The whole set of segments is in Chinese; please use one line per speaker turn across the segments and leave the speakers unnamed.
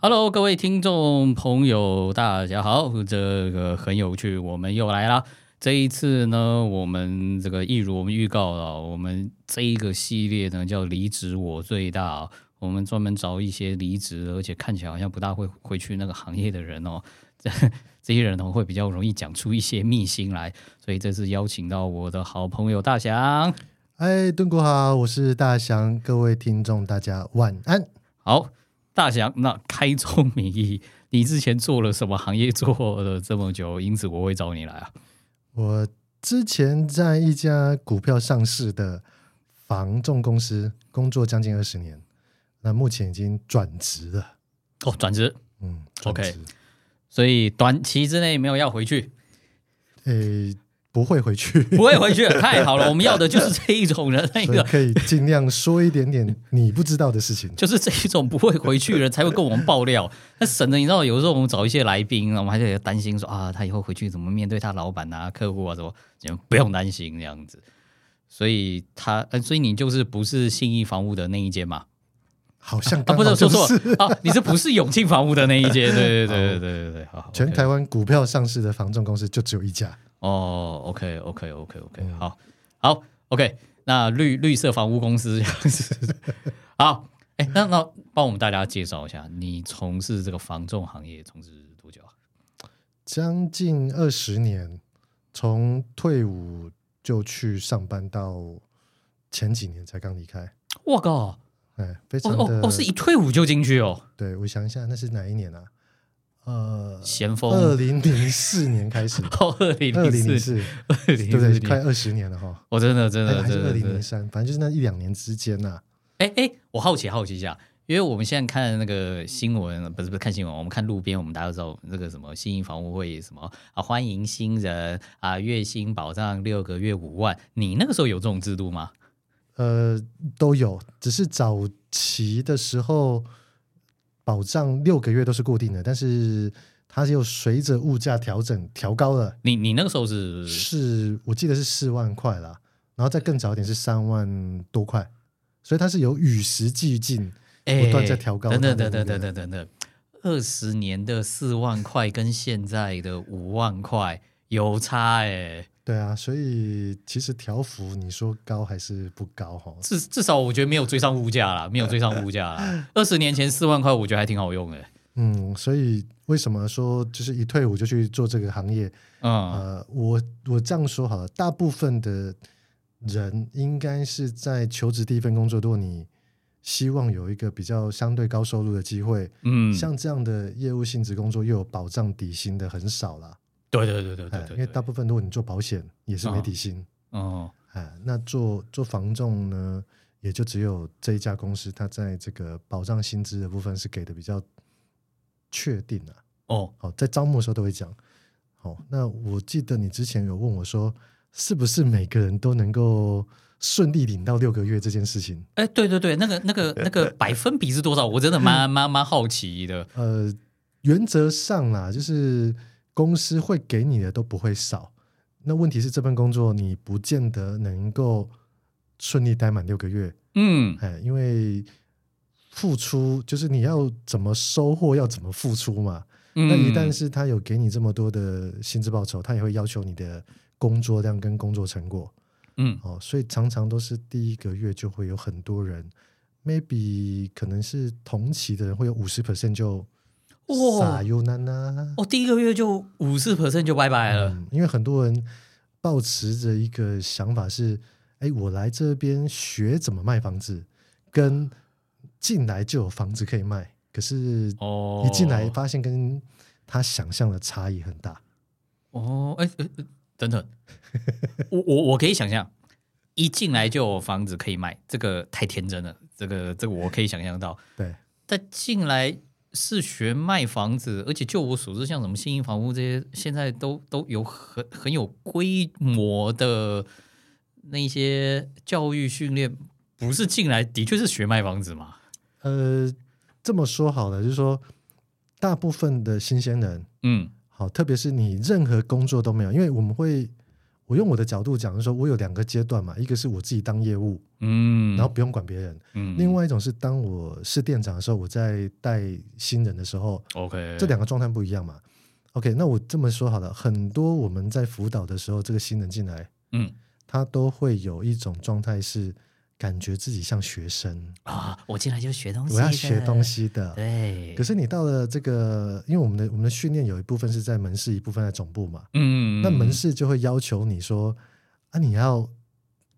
Hello，各位听众朋友，大家好！这个很有趣，我们又来啦。这一次呢，我们这个一如我们预告了，我们这一个系列呢叫“离职我最大、哦”，我们专门找一些离职而且看起来好像不大会回去那个行业的人哦， 这这些人哦会比较容易讲出一些秘辛来，所以这次邀请到我的好朋友大祥。
嗨，哎敦国好，我是大祥，各位听众大家晚安。
好，大祥，那开宗明义，你之前做了什么行业做了这么久，因此我会找你来啊？
我之前在一家股票上市的房仲公司工作将近二十年，那目前已经转职了。
哦，转职，
嗯
OK
转职
所以短期之内没有要回去，
诶、哎不会回去，
不会回去， 太好了，我们要的就是这一种人，那
所 以
个
可以尽量说一点点你不知道的事情。
就是这一种不会回去的人才会跟我们爆料。那省得你知道，有时候我们找一些来宾，我们还得担心说啊，他以后回去怎么面对他老板啊、客户啊什么，你们不用担心这样子。所以他，呃所以你就是不是信义房屋的那一间嘛？
好像
啊，
刚
不
好
是
就
说
是、
错了啊，你是不是永庆房屋的那一间？对对对对对对对，好，好
全
OK
台湾股票上市的房仲公司就只有一家。
哦，OK OK OK OK，、好，好，OK，那绿绿色房屋公司这样子，好，哎，那那帮我们大家介绍一下，你从事这个房仲行业从事多久啊？
将近二十年，从退伍就去上班到前几年才刚离开，
我靠，
哎，非常
哦哦
的、
哦，是一退伍就进去哦，
对我想一下，那是哪一年啊？呃，
咸
二
丰，
零零四年 开始，
二零
二零
零四，
零四，
二零
对不对？
零
快
四，
二十年了哈，
我真的真
哎
的
还是
真
二
的
零
真的
零，三，反正就是那一两年之间呐、
哎哎，我好奇好奇一下。因为我们现在看那个新闻，不是不是看新闻，我们看路边，我们大家都知道那个什么新营房屋会什么啊，欢迎新人啊，月薪保障六个月五万。你那个时候有这种制度吗？
呃，都有，只是早期的时候，保障六个月都是固定的，但是它又随着物价调整调高了。
你你那个时候是
是我记得是四万块啦，然后再更早一点是三万多块，所以它是有与时俱进，
哎
不断在调高它
等
的
等
那
等
个。
等等等等等，二十年的四万块跟现在的五万块有差哎、
对啊，所以其实条幅你说高还是不高哈？
至至少我觉得没有追上物价啦，没有追上物价 啦。二十年前四万块，我觉得还挺好用的、
嗯，所以为什么说就是一退伍就去做这个行业？
嗯，
呃，我我这样说好了，大部分的人应该是在求职第一份工作，如果你希望有一个比较相对高收入的机会，
嗯，
像这样的业务性质工作又有保障底薪的很少啦。
对对对对对
哎
对，
因为大部分如果你做保险也是没底薪，
哦，
哎，那做做房仲呢，也就只有这一家公司，它在这个保障薪资的部分是给的比较确定啊。
哦，
好、在招募的时候都会讲。好、那我记得你之前有问我说，是不是每个人都能够顺利领到六个月这件事情？
哎，对对对，那个那个那个百分比是多少？我真的 蛮蛮蛮好奇的。
呃，原则上啦，就是公司会给你的都不会少。那问题是这份工作你不见得能够顺利待满六个月，
嗯，
哎，因为付出就是你要怎么收获，要怎么付出嘛。
嗯
那一旦是他有给你这么多的薪资报酬，他也会要求你的工作量跟工作成果
嗯
哦，所以常常都是第一个月就会有很多人，maybe 可能是同期的人会有五十 percent 就
哇
傻又难呐，
哦，第一个月就五十 percent 就拜拜了。
嗯因为很多人抱持着一个想法是，哎，我来这边学怎么卖房子，跟进来就有房子可以卖，可是
哦，
一进来发现跟他想象的差异很大。
哦，哎、哎哎等等， 我我我可以想象，一进来就有房子可以卖，这个太天真了，这个这个我可以想象到。
对，
但进来是学卖房子，而且就我所知，像什么新营房屋这些，现在都都有很很有规模的那些教育训练，不是进来的确是学卖房子嘛？
呃，这么说好了，就是说，大部分的新鲜人，
嗯
好，特别是你任何工作都没有，因为我们会，我用我的角度讲，就是说我有两个阶段嘛，一个是我自己当业务，
嗯，
然后不用管别人；
嗯，
另
外
外一种是当我是店长的时候，我在带新人的时候，
OK
这两个状态不一样嘛。OK，那我这么说好了，很多我们在辅导的时候，这个新人进来，
嗯
他都会有一种状态是感觉自己像学生，
啊，我进来就学东西，
我要学东，西的。
对，
可
是
是你到了这个，因为我们的我们的训练有一部分是在门市，一部分在总部嘛。
嗯，
那门市就会要求你说啊，你要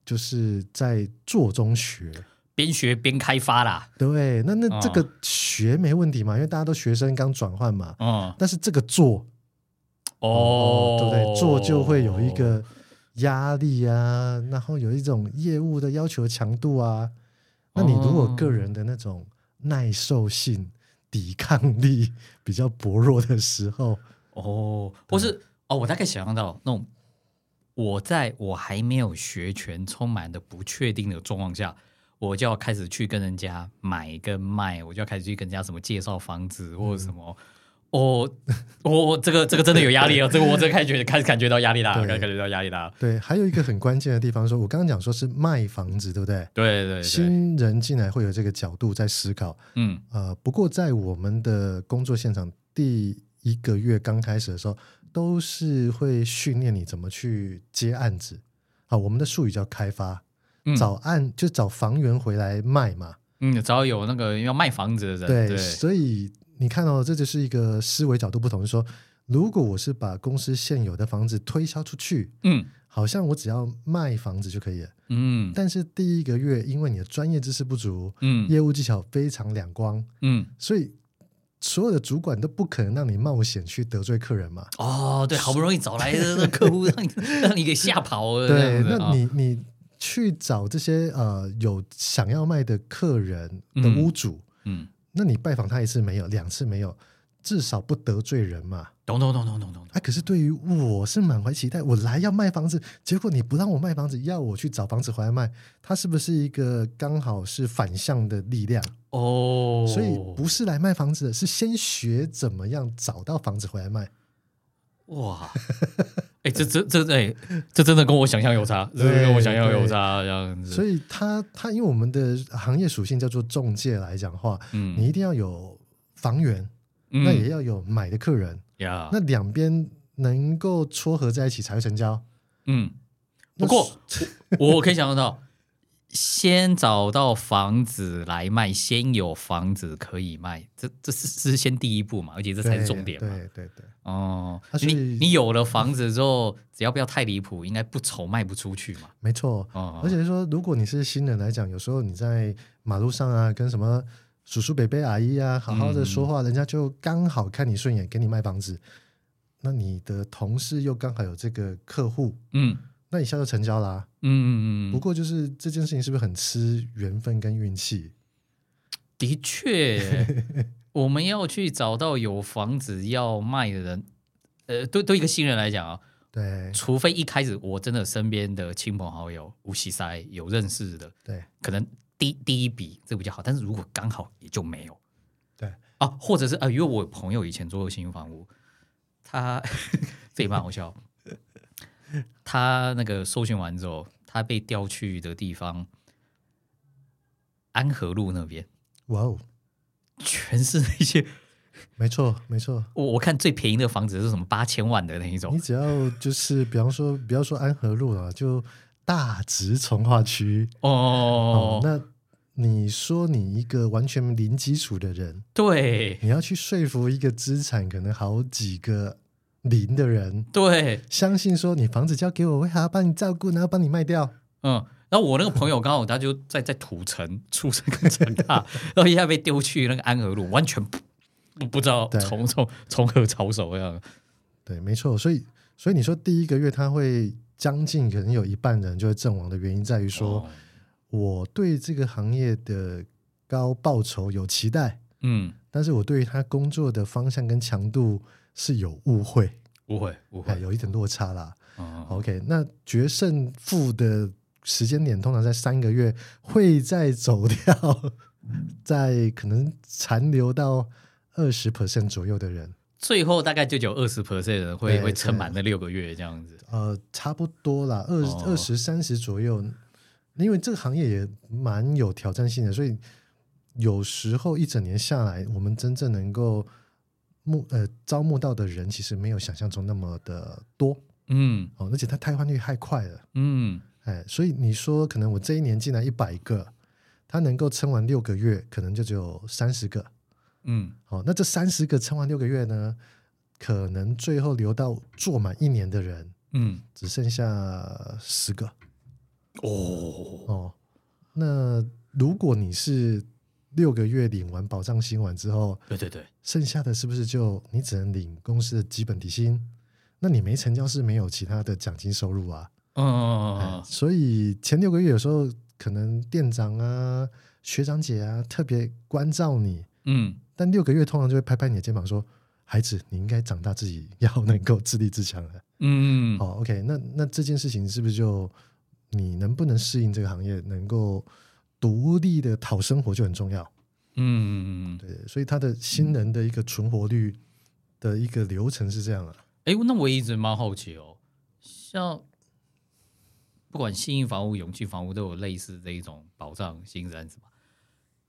就是在做中学。
边学边开发啦，
对，那那
哦
这个学没问题嘛，因为大家都学生刚转换嘛。
嗯
但是这个做
哦，
对不对？做就会有一个压力啊，然后有一种业务的要求强度啊。那你如果个人的那种耐受性、抵抗力比较薄弱的时候，
哦，或是哦，我大概想象到那种我在我还没有学全、充满的不确定的状况下，我就要开始去跟人家买跟卖，我就要开始去跟人家什么介绍房子或者什么。哦，我、哦、这个这个真的有压力哦，这个我真的开始觉得开始感觉到压力啦，
对
开始感觉到压力啦。
对，还有一个很关键的地方说，我刚刚讲说是卖房子，对不对？
对对对，
新人进来会有这个角度在思考。
嗯
呃，不过在我们的工作现场，第一个月刚开始的时候，都是会训练你怎么去接案子。好，我们的术语叫开发，
嗯，
找案就找房源回来卖嘛。
嗯，只要有那个要卖房子的人，
对，
对，
所以你看哦，这就是一个思维角度不同，就是说如果我是把公司现有的房子推销出去，
嗯
好像我只要卖房子就可以了。
嗯
但是第一个月，因为你的专业知识不足，
嗯
业务技巧非常两光，
嗯，
所以所有的主管都不可能让你冒险去得罪客人嘛。
哦，对，好不容易找来的那客户，让你让你给吓跑 了，这
对
样，子
那
啊
你你去找这些呃有想要卖的客人的
嗯
屋主，
嗯。
那你拜访他一次没有，两次没有，至少不得罪人嘛。
懂懂懂懂懂懂，
啊，可是对于我是满怀期待，我来要卖房子，结果你不让我卖房子，要我去找房子回来卖，它是不是一个刚好是反向的力量？
哦，
所以不是来卖房子的，是先学怎么样找到房子回来卖。
哇， 哎、这这这哎、这真的跟我想象有差，这
对
真的跟我想象有差这样子，
所
以
以它它因为我们的行业属性叫做中介来讲的话，
嗯
你一定要有房源，
嗯啊
那也要有买的客人，
呀，
那两边能够撮合在一起才会成交。
嗯，不
那
过我我可以想象到，先找到房子来卖，先有房子可以卖，这这是这是先第一步嘛，而且这才是重点嘛，
对对对，
哦
啊，所
你
以
你有了房子之后，只要不要太离谱，应该不愁卖不出去嘛，
没错。
哦，
而且说，如果你是新人来讲，有时候你在马路上啊，跟什么叔叔、伯伯、阿姨啊，好好的说话，人家就刚好看你顺眼，给你卖房子。那你的同事又刚好有这个客户，
嗯
那一下就成交啦、
嗯嗯嗯
不，过就是这件事情是不是很吃缘分跟运气？
的 确，我们要去找到有房子要卖的人，呃，对对一个新人来讲啊，
对
除非一开始我真的身边的亲朋好友、无锡塞有认识的，
对
可能第第一笔这比较好，但是如果刚好也就没有
对，
啊，或者是啊、呃，因为我朋友以前做过新房屋，他 这也蛮好笑，他那个搜寻完之后，他被调去的地方安和路那边。
哇哦，
全是那些
没错没错。
我我看最便宜的房子是什么八千万的那一
你
种，
只要就是，比方说，不要说安和路了，就大直从化区
哦，
那你说你一个完全零基础的人，
对
你要去说服一个资产可能好几个零的人，
对，
相信说你房子交给我，我还要帮你照顾，然后帮你卖掉。
嗯，然后我那个朋友刚好他就在在土城出生跟长大，然后一下被丢去那个安和路，完全不不知道
对
从从从何操手这样，
对，没错。所以，所以你说第一个月他会将近可能有一半人就会阵亡的原因在于说，
哦
我对这个行业的高报酬有期待，
嗯，
但是我对于他工作的方向跟强度是有误会，
不会不
哎，
会，
有一点落差啦。
嗯，
OK，那决胜负的时间点通常在三个月，会再走掉，在可能残留到二十 percent 左右的人。
最后大概就只有二十 percent 人会
对
会撑
对
满那六个月这样子。
呃，差不多啦，二
哦
二十三十左右，因为这个行业也蛮有挑战性的，所以有时候一整年下来，我们真正能够募呃招募到的人，其实没有想象中那么的多
嗯
哦，而且它汰换率太快了，
嗯
哎，所以你说可能我这一年进来一百个，他能够撑完六个月，可能就只有三十个，
嗯，
哦，那这三十个撑完六个月呢，可能最后留到做满一年的人。
嗯，
只剩下十个
哦，
哦。那如果你是六个月领完保障薪完之后，
对对对，
剩下的是不是就你只能领公司的基本底薪？那你没成交是没有其他的奖金收入啊。哎
嗯，
所以前六个月有时候可能店长啊、学长姐啊特别关照你，
嗯，
但六个月通常就会拍拍你的肩膀说：“孩子，你应该长大，自己要能够自立自强啊了。”
嗯，
哦，OK，那那这件事情是不是就你能不能适应这个行业，能够独立的讨生活就很重要？
嗯，
对，所以他的新人的一个存活率的一个流程是这样啊。
哎，那我一直蛮好奇哦，像不管信义房屋、永庆房屋都有类似这一种保障新人子嘛？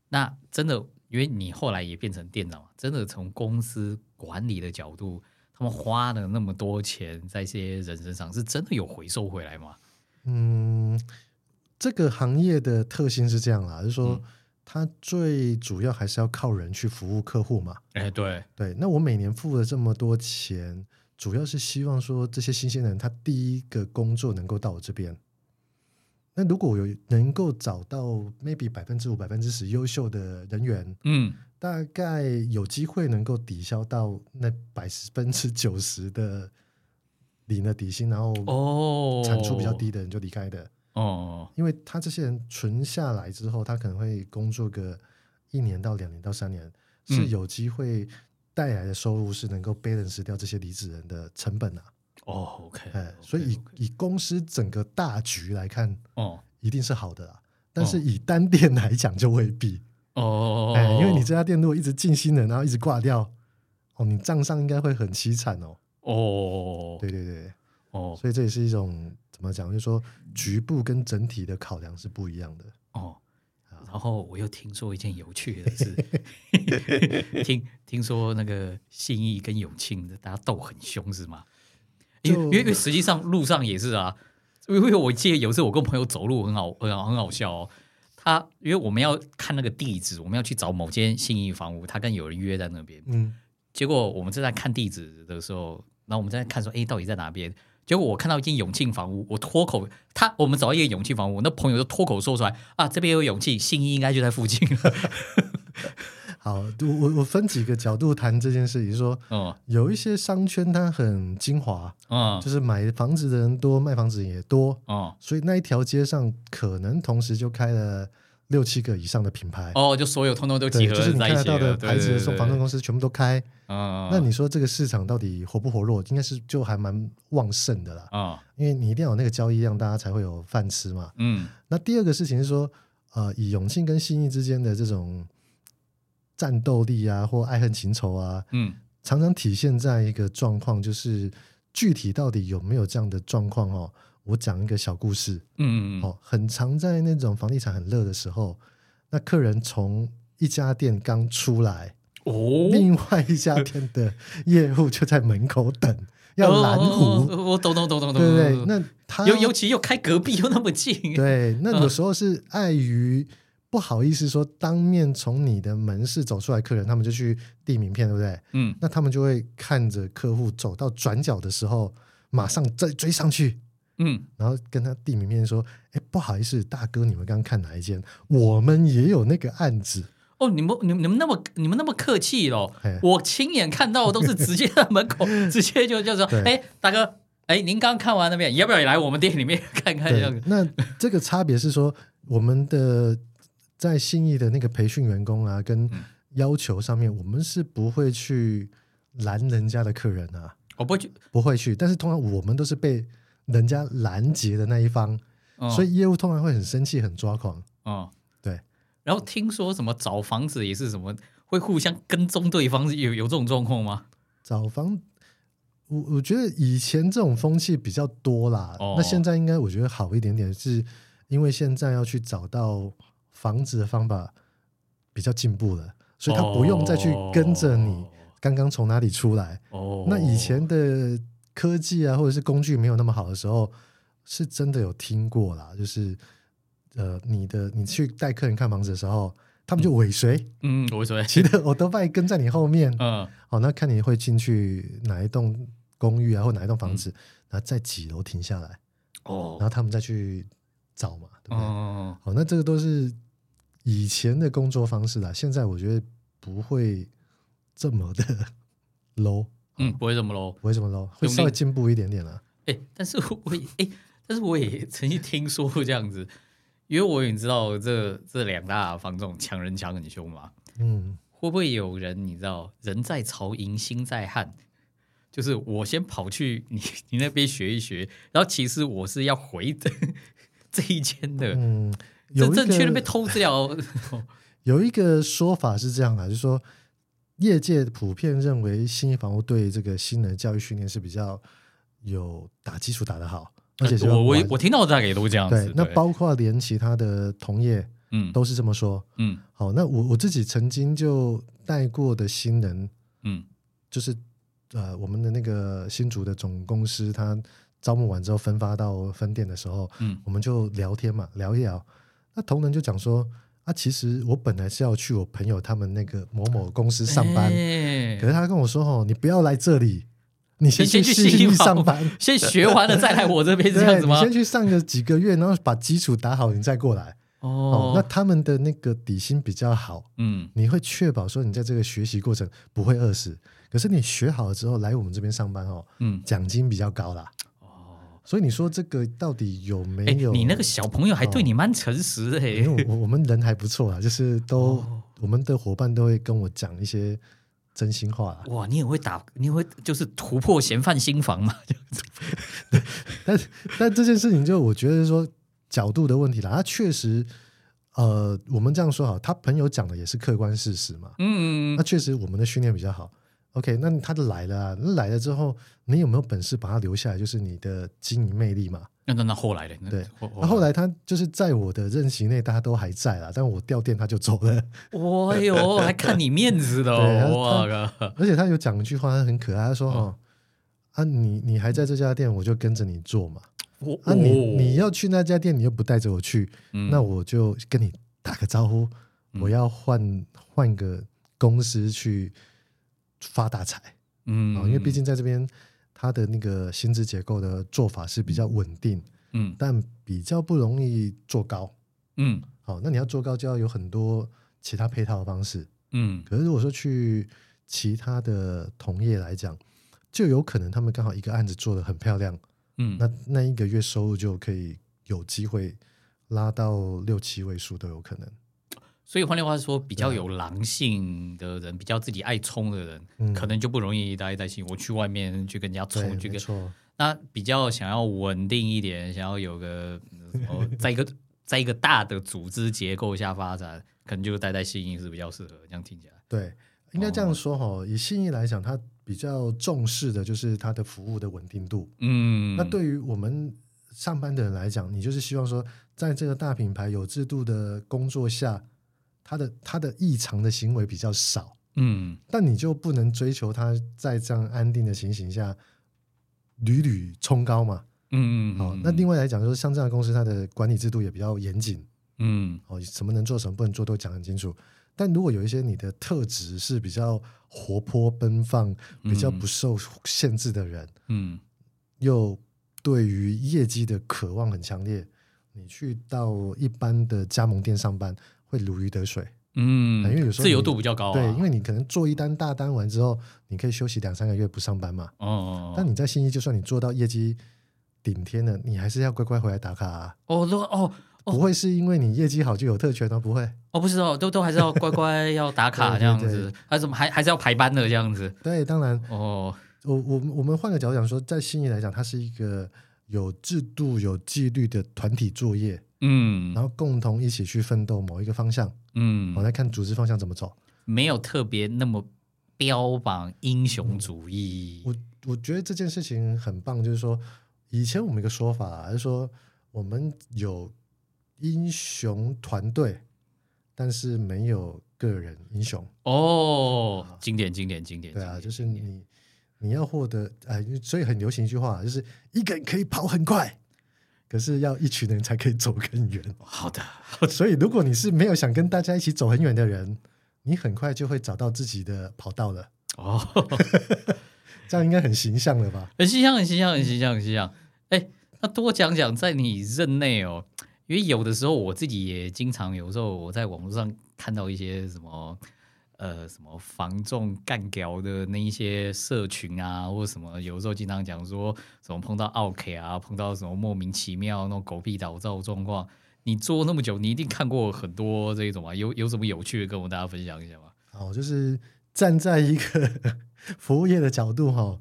那真的，因为你后来也变成店长嘛，真的从公司管理的角度，他们花了那么多钱在这些人身上，是真的有回收回来吗？
嗯，这个行业的特性是这样啦，就是说
嗯
它最主要还是要靠人去服务客户嘛。
哎，对，
对，那我每年付了这么多钱，主要是希望说这些新鲜人他第一个工作能够到我这边。那如果我有能够找到 maybe 百分之五、百分之十优秀的人员，
嗯
大概有机会能够抵消到那百分之九十的领了底薪，然后
哦，
嗯产出比较低的人就离开的。
哦，
因为他这些人存下来之后，他可能会工作个一年到两年到三年，是
嗯
有机会带来的收入是能够 balance 掉这些离职人的成本啊。
哦，OK，
哎，所以以以公司整个大局来看，
哦
一定是好的啦。但是
哦
以单店来讲就未必，
哦，
哎，因为你这家店如果一直进新人，然后一直挂掉，哦，你账上应该会很凄惨哦。
哦
对对对，
哦
所以这也是一种怎么讲，就是说局部跟整体的考量是不一样的。
哦，然后我又听说一件有趣的事，听听说那个信义跟永庆的大家斗很凶是吗？因为
就
因为因为实际上路上也是啊，因为我记得有一次我跟朋友走路很好很好很好笑哦。他因为我们要看那个地址，我们要去找某间信义房屋，他跟有人约在那边，
嗯，
结果我们正在看地址的时候，然后我们在看说，哎，到底在哪边？结果我看到一间永庆房屋，我脱口他我们找到一间永庆房屋，那朋友就脱口说出来啊，这边有永庆，信义应该就在附近 了。
好，我我我分几个角度谈这件事情，说
嗯
有一些商圈它很精华，
嗯
就是买房子的人多，卖房子也多，
哦
所以那一条街上可能同时就开了六七个以上的品牌。
哦，就所有通通都
对，
集合
就是你
在
看
一
得
起
到的
了，
牌子、送房东
东，
公司全部都开。
嗯，
那你说这个市场到底活不活络？应该是就还蛮旺盛的啦，
啊
因为你一定要有那个交易量，大家才会有饭吃嘛。
嗯
那第二个事情是说，呃，以永庆跟信义之间的这种战斗力啊，或爱恨情仇啊，
嗯
常常体现在一个状况，就是具体到底有没有这样的状况哦？我讲一个小故事
嗯嗯
哦，很常在那种房地产很热的时候，那客人从一家店刚出来，
哦，
另外一家店的业务就在门口等，要拦
哦
湖，
哦哦我懂懂懂懂懂，
对不对？
懂
那他
尤尤其又开隔壁又那么近，
对，那有时候是碍于不好意思说当面从你的门市走出来，客人他们就去递名片，对不对？
嗯
那他们就会看着客户走到转角的时候，马上再追上去，
嗯
然后跟他递名片说：“哎，不好意思，大哥，你们刚刚看哪一间？我们也有那个案子。
哦，你们你们你们那么你们那么客气咯
嘿，
我亲眼看到的都是直接在门 口，直接就就说，
对
哎，大哥，哎，您刚看完那边，要不要也来我们店里面 看看这样
对
子？，
那这个差别是说，我们的在信义的那个培训员工啊，跟
嗯
要求上面，我们是不会去拦人家的客人啊。
我不去，
不会去，但是通常我们都是被人家拦截的那一方，
嗯
所以业务通常会很生气、很抓狂。
嗯，
对。
然后听说什么找房子也是什么会互相跟踪对方，有有这种状况吗？
找房，我我觉得以前这种风气比较多啦。
哦
那现在应该我觉得好一点点，是因为现在要去找到房子的方法比较进步了，所以他不用再去跟着你刚刚从哪里出来。
哦。
那以前的科技啊，或者是工具没有那么好的时候，是真的有听过啦，就是呃，你的你去带客人看房子的时候，他们就尾随，
嗯，我所谓，
骑着 我都拜跟在你后面，
嗯
哦，那看你会进去哪一栋公寓啊，或哪一栋房子，然后在几楼停下来，然
嗯哦
后他们再去找嘛，对不对？
哦
好，那这个都是以前的工作方式啦，现在我觉得不会这么的 low，
嗯，不会这么 low。
不会这么 low，会
用力
稍微进步一点点啦。
哎、但是我也 哎、但是我也曾经听说过这样子，因为我也知道这这两大房这种强人强很凶嘛，
嗯，
会不会有人你知道人在曹营心在汉？就是我先跑去你你那边学一学，然后其实我是要回这 这一间的，
嗯，有
这
一
正确的被
个
偷资料。
有一个说法是这样的，就是说，业界普遍认为新房屋对这个新人教育训练是比较有打基础打得好， 而且是要
呃我我
完
我听到大概也都这样子
对，，那
对
包括连其他的同业
嗯
都是这么说。
嗯
好，那我我自己曾经就带过的新人，
嗯
就是呃，我们的那个新竹的总公司，他招募完之后分发到分店的时候，
嗯
我们就聊天嘛，聊一聊。那同仁就讲说，啊，其实我本来是要去我朋友他们那个某某公司上班，
哎
可是他跟我说，哦，你不要来这里，你先
你先
去
去
西
新
域
房
上班。
先学完了再来我这边是这样
对，
子
你
吗？
先去上个几个月，然后把基础打好，你再过来。哦，那
哦，
他们的那个底薪比较好，
嗯
你会确保说你在这个学习过程不会饿死。可是你学好了之后来我们这边上班哦，
嗯
奖金比较高啦。
哦，
所以你说这个到底有没
哎，
有？
你那个小朋友还对你蛮诚实的
因
哎，
为我我们人还不错啦，就是都、
哦
我们的伙伴都会跟我讲一些真心话啦。
哇，你也会打，你也会就是突破嫌犯心房嘛？
但但这件事情，就我觉得说角度的问题啦，他确实，呃，我们这样说好，他朋友讲的也是客观事实嘛。
嗯
那确实我们的训练比较好。OK，那他就来了、啊，那来了之后，你有没有本事把他留下来？就是你的经营魅力嘛。
那那那后来的，那
对，
后
那后来他就是在我的任期内，大家都还在啦，但我调店他就走了。
哇哟，还看你面子的
对他
哦，我靠，
而且他有讲一句话，他很可爱，他
嗯
说：“哦，啊，你你还在这家店，我就跟着你做嘛。
我
啊你，
哦
你要去那家店，你又不带着我去，
嗯
那我就跟你打个招呼，我要换换个公司去发大财
嗯
啊、因为毕竟在这边，他的那个薪资结构的做法是比较稳定，
嗯
但比较不容易做高。
嗯
好、那你要做高就要有很多其他配套的方式。
嗯
可是如果说去其他的同业来讲，就有可能他们刚好一个案子做的很漂亮，
嗯，
那那一个月收入就可以有机会拉到六七位数都有可能。
所以换句话说，比较有狼性的人，比较自己爱冲的人，
嗯
可能就不容易待在心。我去外面去跟人家
对，
冲，去
没
跟
错，
那比较想要稳定一点，想要有个嗯什 么在一个在一个大的组织结构下发展，可能就待在新营是比较适合。这样听起来，
对，应该这样说哈。以信义来讲，它比较重视的就是它的服务的稳定度。
嗯，
那对于我们上班的人来讲，你就是希望说，在这个大品牌有制度的工作下，他的他的异常的行为比较少。
嗯，
但你就不能追求他在这样安定的情形下屡屡冲高嘛？
嗯嗯，
好、
嗯
哦那另外来讲，说像这样的公司，它的管理制度也比较严谨，
嗯
哦，什么能做，什么不能做都讲很清楚。但如果有一些你的特质是比较活泼奔放、比较不受限制的人，
嗯
又对于业绩的渴望很强烈，你去到一般的加盟店上班会如鱼得水。
嗯，
哎因为有时候
自由
你
度比较高啊，
对，因为你可能做一单大单完之后，你可以休息两三个月不上班嘛。
哦
但你在信义，就算你做到业绩顶天了，你还是要乖乖回来打卡啊，
哦都哦哦
不会是因为你业绩好就有特权哦，不会。
哦不是哦，都都还是要乖 乖要打卡
对对
这样
对
子，还怎么还还是要排班的这样子
对，当然，
哦，
我我们我们换个角度讲说，在信义来讲，它是一个有制度、有纪律的团体作业，
嗯
然后共同一起去奋斗某一个方向。
嗯
我，来看组织方向怎么走。
没有特别那么标榜英雄主义。
我我觉得这件事情很棒，就是说，以前我们一个说法、啊、就是说，我们有英雄团队，但是没有个人英雄。
哦，经典经典经典，
对
经典
啊，就是
经典
你你要获得哎，所以很流行一句话，啊就是一个人可以跑很快，可是要一群人才可以走更远。
好的，
所以如果你是没有想跟大家一起走很远的人，你很快就会找到自己的跑道了。
哦，
这样应该很形象了吧？
很形象，很形象，很形象，很形象。哎，那多讲讲在你任内哦，因为有的时候我自己也经常，有时候我在网络上看到一些什么。呃，什么防重干屌的那一些社群啊，或者什么，有时候经常讲说什么碰到 OK 啊，碰到什么莫名其妙那种狗屁倒灶的状况。你做那么久，你一定看过很多这种啊，有有什么有趣的跟我们大家分享一下吗？
好，就是站在一个 服务业的角度哈、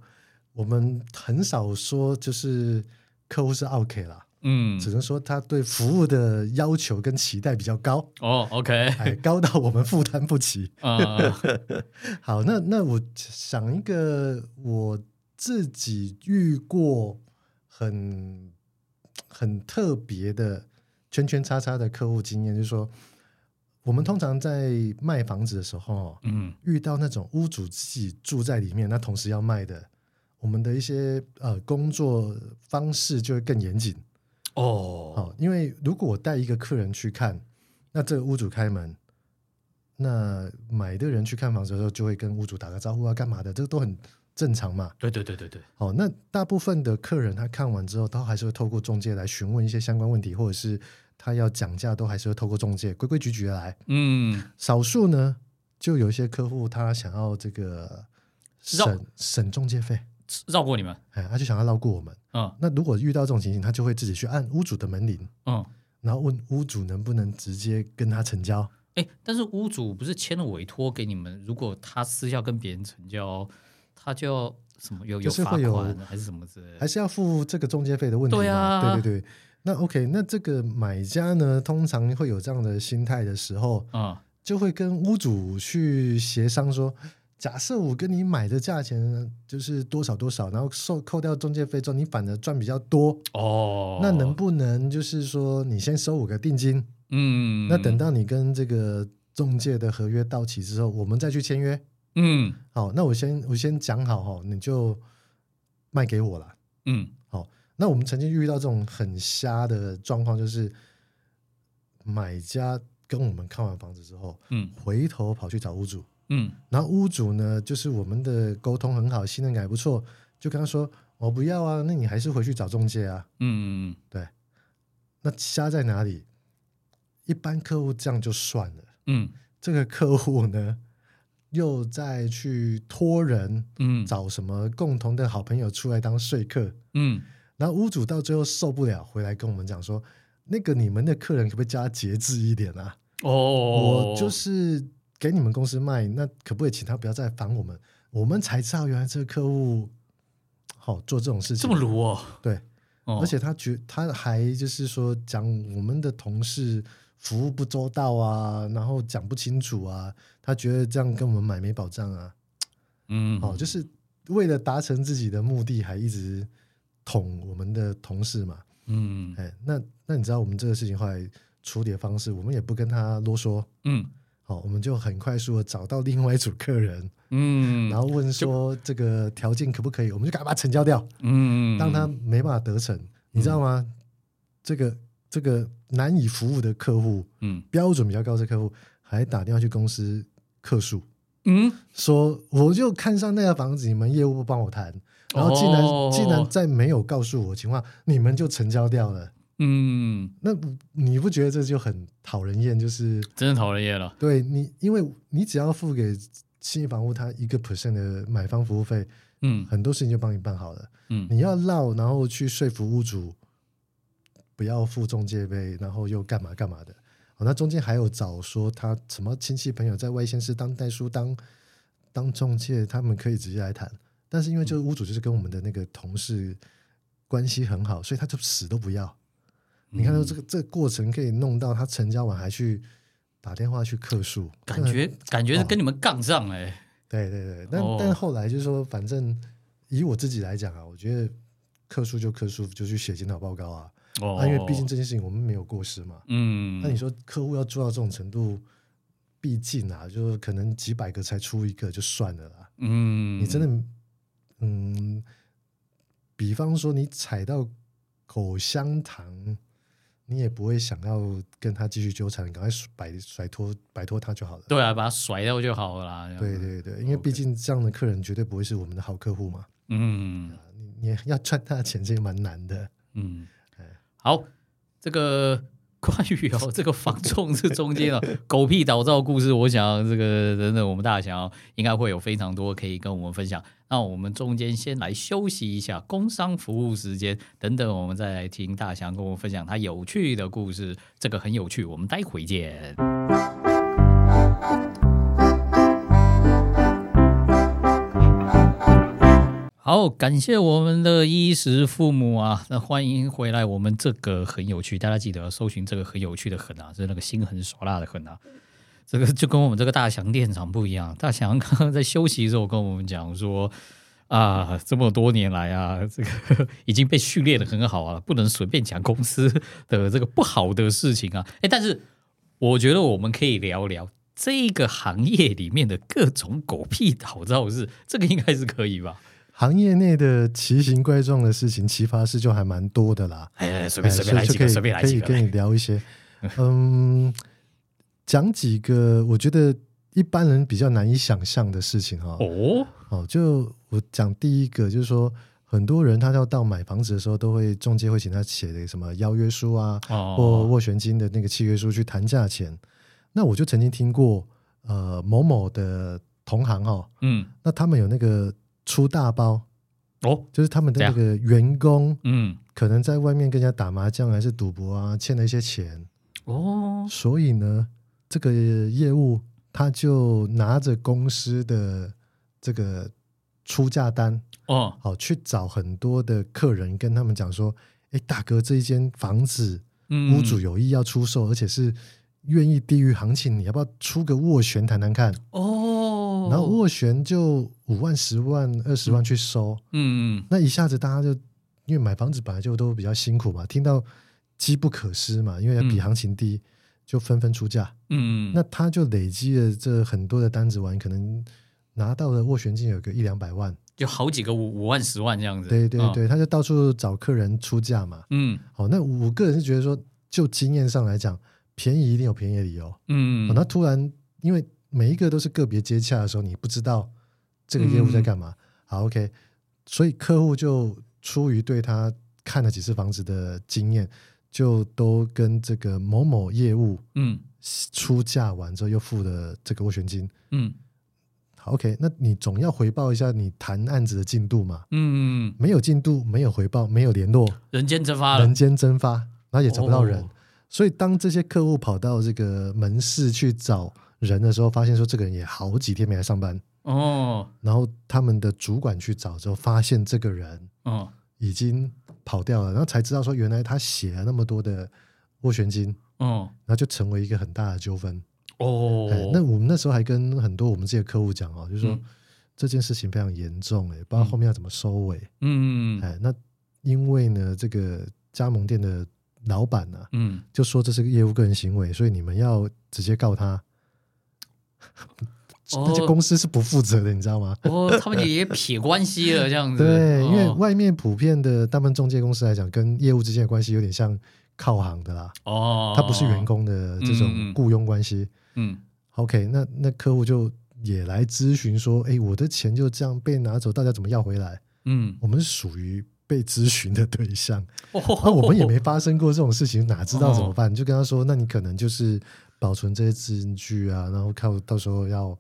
我们很少说就是客户是 OK 啦，
嗯，
只能说他对服务的要求跟期待比较高，
哦，OK，
哎，高到我们负担不起。
呃，
好，那那我想一个我自己遇过很很特别的圈圈叉叉的客户经验，就是说，我们通常在卖房子的时候，
嗯，
遇到那种屋主自己住在里面，那同时要卖的，我们的一些呃工作方式就会更严谨。
哦，
好，因为如果我带一个客人去看，那这个屋主开门，那买的人去看房子的时候，就会跟屋主打个招呼啊，干嘛的，这个都很正常嘛。
对对对对对，
好，那大部分的客人他看完之后，他还是会透过中介来询问一些相关问题，或者是他要讲价，都还是会透过中介规规矩矩的来。
嗯，
少数呢，就有一些客户他想要这个
绕
省省中介费，
绕过你们，
哎，他就想要绕过我们。
嗯
那如果遇到这种情形，他就会自己去按屋主的门铃。
嗯，
然后问屋主能不能直接跟他成交。
哎，但是屋主不是签了委托给你们，如果他私下跟别人成交，他就要什么有有
就是
罚
会有
款还是什么之类
还
的？
是要付这个中介费的问题嘛？
对啊
对对对。那 OK，那这个买家呢，通常会有这样的心态的时候，
嗯
就会跟屋主去协商说，假设我跟你买的价钱就是多少多少，然后扣扣掉中介费之后，你反而赚比较多，
哦，
那能不能就是说你先收我个定金，
嗯，
那等到你跟这个中介的合约到期之后，我们再去签约？
嗯
好，那我先我先讲好哈，你就卖给我啦。
嗯
那我们曾经遇到这种很瞎的状况，就是买家跟我们看完房子之后，
嗯
回头跑去找屋主，
嗯
然后屋主呢，就是我们的沟通很好，信任感也不错，就跟他说：“我不要啊，那你还是回去找中介啊。
嗯，”
那瞎在哪里？一般客户这样就算了，
嗯
这个客户呢，又再去托人
嗯
找什么共同的好朋友出来当说客，
嗯，
然后屋主到最后受不了，回来跟我们讲说，那个你们的客人可不可以叫他节制一点啊？
哦，
我就是给你们公司卖，那可不可以请他不要再烦我们？我们才知道原来这个客户好、做这种事
这
情，
么鲁哦，
对，
哦
而且他觉他还就是说讲我们的同事服务不周到啊，然后讲不清楚啊，他觉得这样跟我们买没保障啊。
嗯，
哦，就是为了达成自己的目的，还一直捅我们的同事嘛。
嗯
哎，那那你知道我们这个事情后来处理的方式，我们也不跟他啰嗦，
嗯
好、我们就很快速的找到另外一组客人，
嗯，
然后问说这个条件可不可以，我们就赶快把它成交掉，
嗯，
让他没办法得逞，你知道吗？这个这个难以服务的客户，
嗯
标准比较高的客户，还打电话去公司客诉。
嗯
说我就看上那个房子，你们业务不帮我谈，然后竟然、
哦
竟然在没有告诉我情况，你们就成交掉了。
嗯，
那你不觉得这就很讨人厌？就是
真的讨人厌了。
对你，因为你只要付给信义房屋他一个 percent 的买方服务费，
嗯
很多事情就帮你办好了。
嗯
你要绕，然后去说服屋主不要付中介费，然后又干嘛干嘛的。哦，那中间还有找说他什么亲戚朋友在外县市当代书当当中介，他们可以直接来谈。但是因为就是屋主就是跟我们的那个同事关系很好，所以他就死都不要。你看到
嗯
这个这个过程可以弄到他成交完还去打电话去客诉，哦
感觉感觉是跟你们杠上哎、
对对对，但、
哦
但后来就是说，反正以我自己来讲啊，我觉得克数就克数，就去写检讨报告啊。
哦，
啊，因为毕竟这件事情我们没有过失嘛。
嗯，
那你说客户要做到这种程度，毕竟啊，就是可能几百个才出一个就算了啦。
嗯，
你真的，嗯，比方说你踩到口香糖，你也不会想要跟他继续纠缠，赶快甩摆甩脱摆脱他就好了。
对啊，把它甩掉就好了啦。这样
对，对对，因为
OK
毕竟这样的客人绝对不会是我们的好客户嘛。
嗯
啊你你要 赚他的钱，这也蛮难的。
嗯
哎，
好，这个关于 哦这个防重这中间哦狗屁倒灶故事，我想这个等等我们大侠、哦、应该会有非常多可以跟我们分享。那我们中间先来休息一下，工商服务时间，等等我们再来听大侠跟我们分享他有趣的故事，这个很有趣，我们待会见。好，感谢我们的衣食父母啊！那欢迎回来，我们这个很有趣，大家记得要搜寻这个很有趣的“很”啊，是那个心狠手辣的“很”啊。这个就跟我们这个大祥店长不一样，大祥刚刚在休息的时候跟我们讲说啊，这么多年来啊， 这个已经被训练的很好啊，不能随便讲公司的这个不好的事情啊。哎，但是我觉得我们可以聊聊。这个行业里面的各种狗屁倒灶事，这个应该是可以吧？
行业内的奇形怪状的事情、奇葩事就还蛮多的啦。
哎，随
哎
便随便来
所以
几
就可
个，
以
随便来
可
几
以
个。
跟你聊 一些。嗯，讲几个我觉得一般人比较难以想象的事情哈、哦。
哦，
就我讲第一个，就是说很多人他要到买房子的时候，都会中介会请他写的什么邀约书啊，或
哦，
斡旋金的那个契约书去谈价钱。那我就曾经听过，呃，某某的同行哈、哦，
嗯，
那他们有那个出大包，
哦，
就是他们的那
怎
个员工
嗯，
可能在外面跟人家打麻将还是赌博啊，欠了一些钱，
哦，
所以呢，这个业务他就拿着公司的这个出价单，
哦，
好去找很多的客人，跟他们讲说：“哎，大哥，这一间房子
嗯，
屋主有意要出售，而且是愿意低于行情，你要不要出个斡旋谈谈看？”
哦，
然后斡旋就五万、十万、二十万去收，
嗯，嗯
那一下子大家就因为买房子本来就都比较辛苦嘛，听到机不可失嘛，因为比
嗯
行情低，就纷纷出价。
嗯，
那他就累积了这很多的单子完，可能拿到的斡旋金有个一两百万，
就好几个五五万、十万这样子。
对对
哦，
对，他就到处找客人出价嘛。
嗯
好、那我个人是觉得说，就经验上来讲，便宜一定有便宜的理由。
嗯
哦，那突然因为每一个都是个别接洽的时候，你不知道这个业务在干嘛。好，OK，所以客户就出于对他看了几次房子的经验，就都跟这个某某业务
嗯
出价完之后又付了这个斡旋金。
嗯
好，OK，那你总要回报一下你谈案子的进度嘛？
嗯，嗯
没有进度，没有回报，没有联络，
人间蒸发了
人。间蒸发，然后也找不到人。
啊哦
所以当这些客户跑到这个门市去找人的时候，发现说这个人也好几天没来上班，
哦
然后他们的主管去找之后，发现这个人
哦
已经跑掉了，然后才知道说原来他写了那么多的斡旋金，然
哦
后就成为一个很大的纠纷。
哦
哎，，那我们那时候还跟很多我们自己的客户讲哦，就是说、
嗯
这件事情非常严重、哎，不知道后面要怎么收尾。
嗯嗯
哎，那因为呢，这个加盟店的老板啊呢、
嗯，
就说这是个业务个人行为，所以你们要直接告他。
哦
那些公司是不负责的，你知道吗？
哦，他们也撇关系了这样子。
对，因为
哦
外面普遍的大部分中介公司来讲，跟业务之间的关系有点像靠行的啦，
哦，
他不是员，工的这
嗯嗯
种
嗯
雇佣关系。
嗯
OK，那那客户就也来咨询说，哎，我的钱就这样被拿走，大家怎么要回来？
嗯，
我们是属于被咨询的对象，
哦
啊，我们也没发生过这种事情，哪知道怎么办？就跟他说，那你可能就是保存这些证据啊，然后看到时候要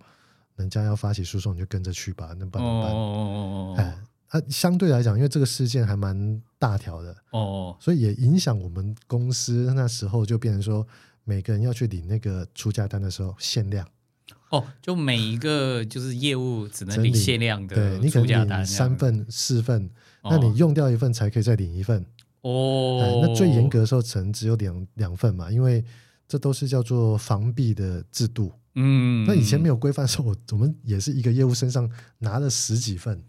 人家要发起诉讼，你就跟着去吧，那
哦
办怎么办？
哦
哎、啊，相对来讲，因为这个事件还蛮大条的，
哦哦，
所以也影响我们公司。那时候就变成说，每个人要去领那个出价单的时候限量，
哦，就每一个就是业务只能
整
领
理
限量
对
的
你可
出价
能
单，
领三份、四份，
哦
那你用掉一份才可以再领一份。哎
哦。
那最严格的时候，可能只有两两份嘛，因为这都是叫做防弊的制度。
嗯，
那以前没有规范的时候，我我们也是一个业务身上拿了十几份，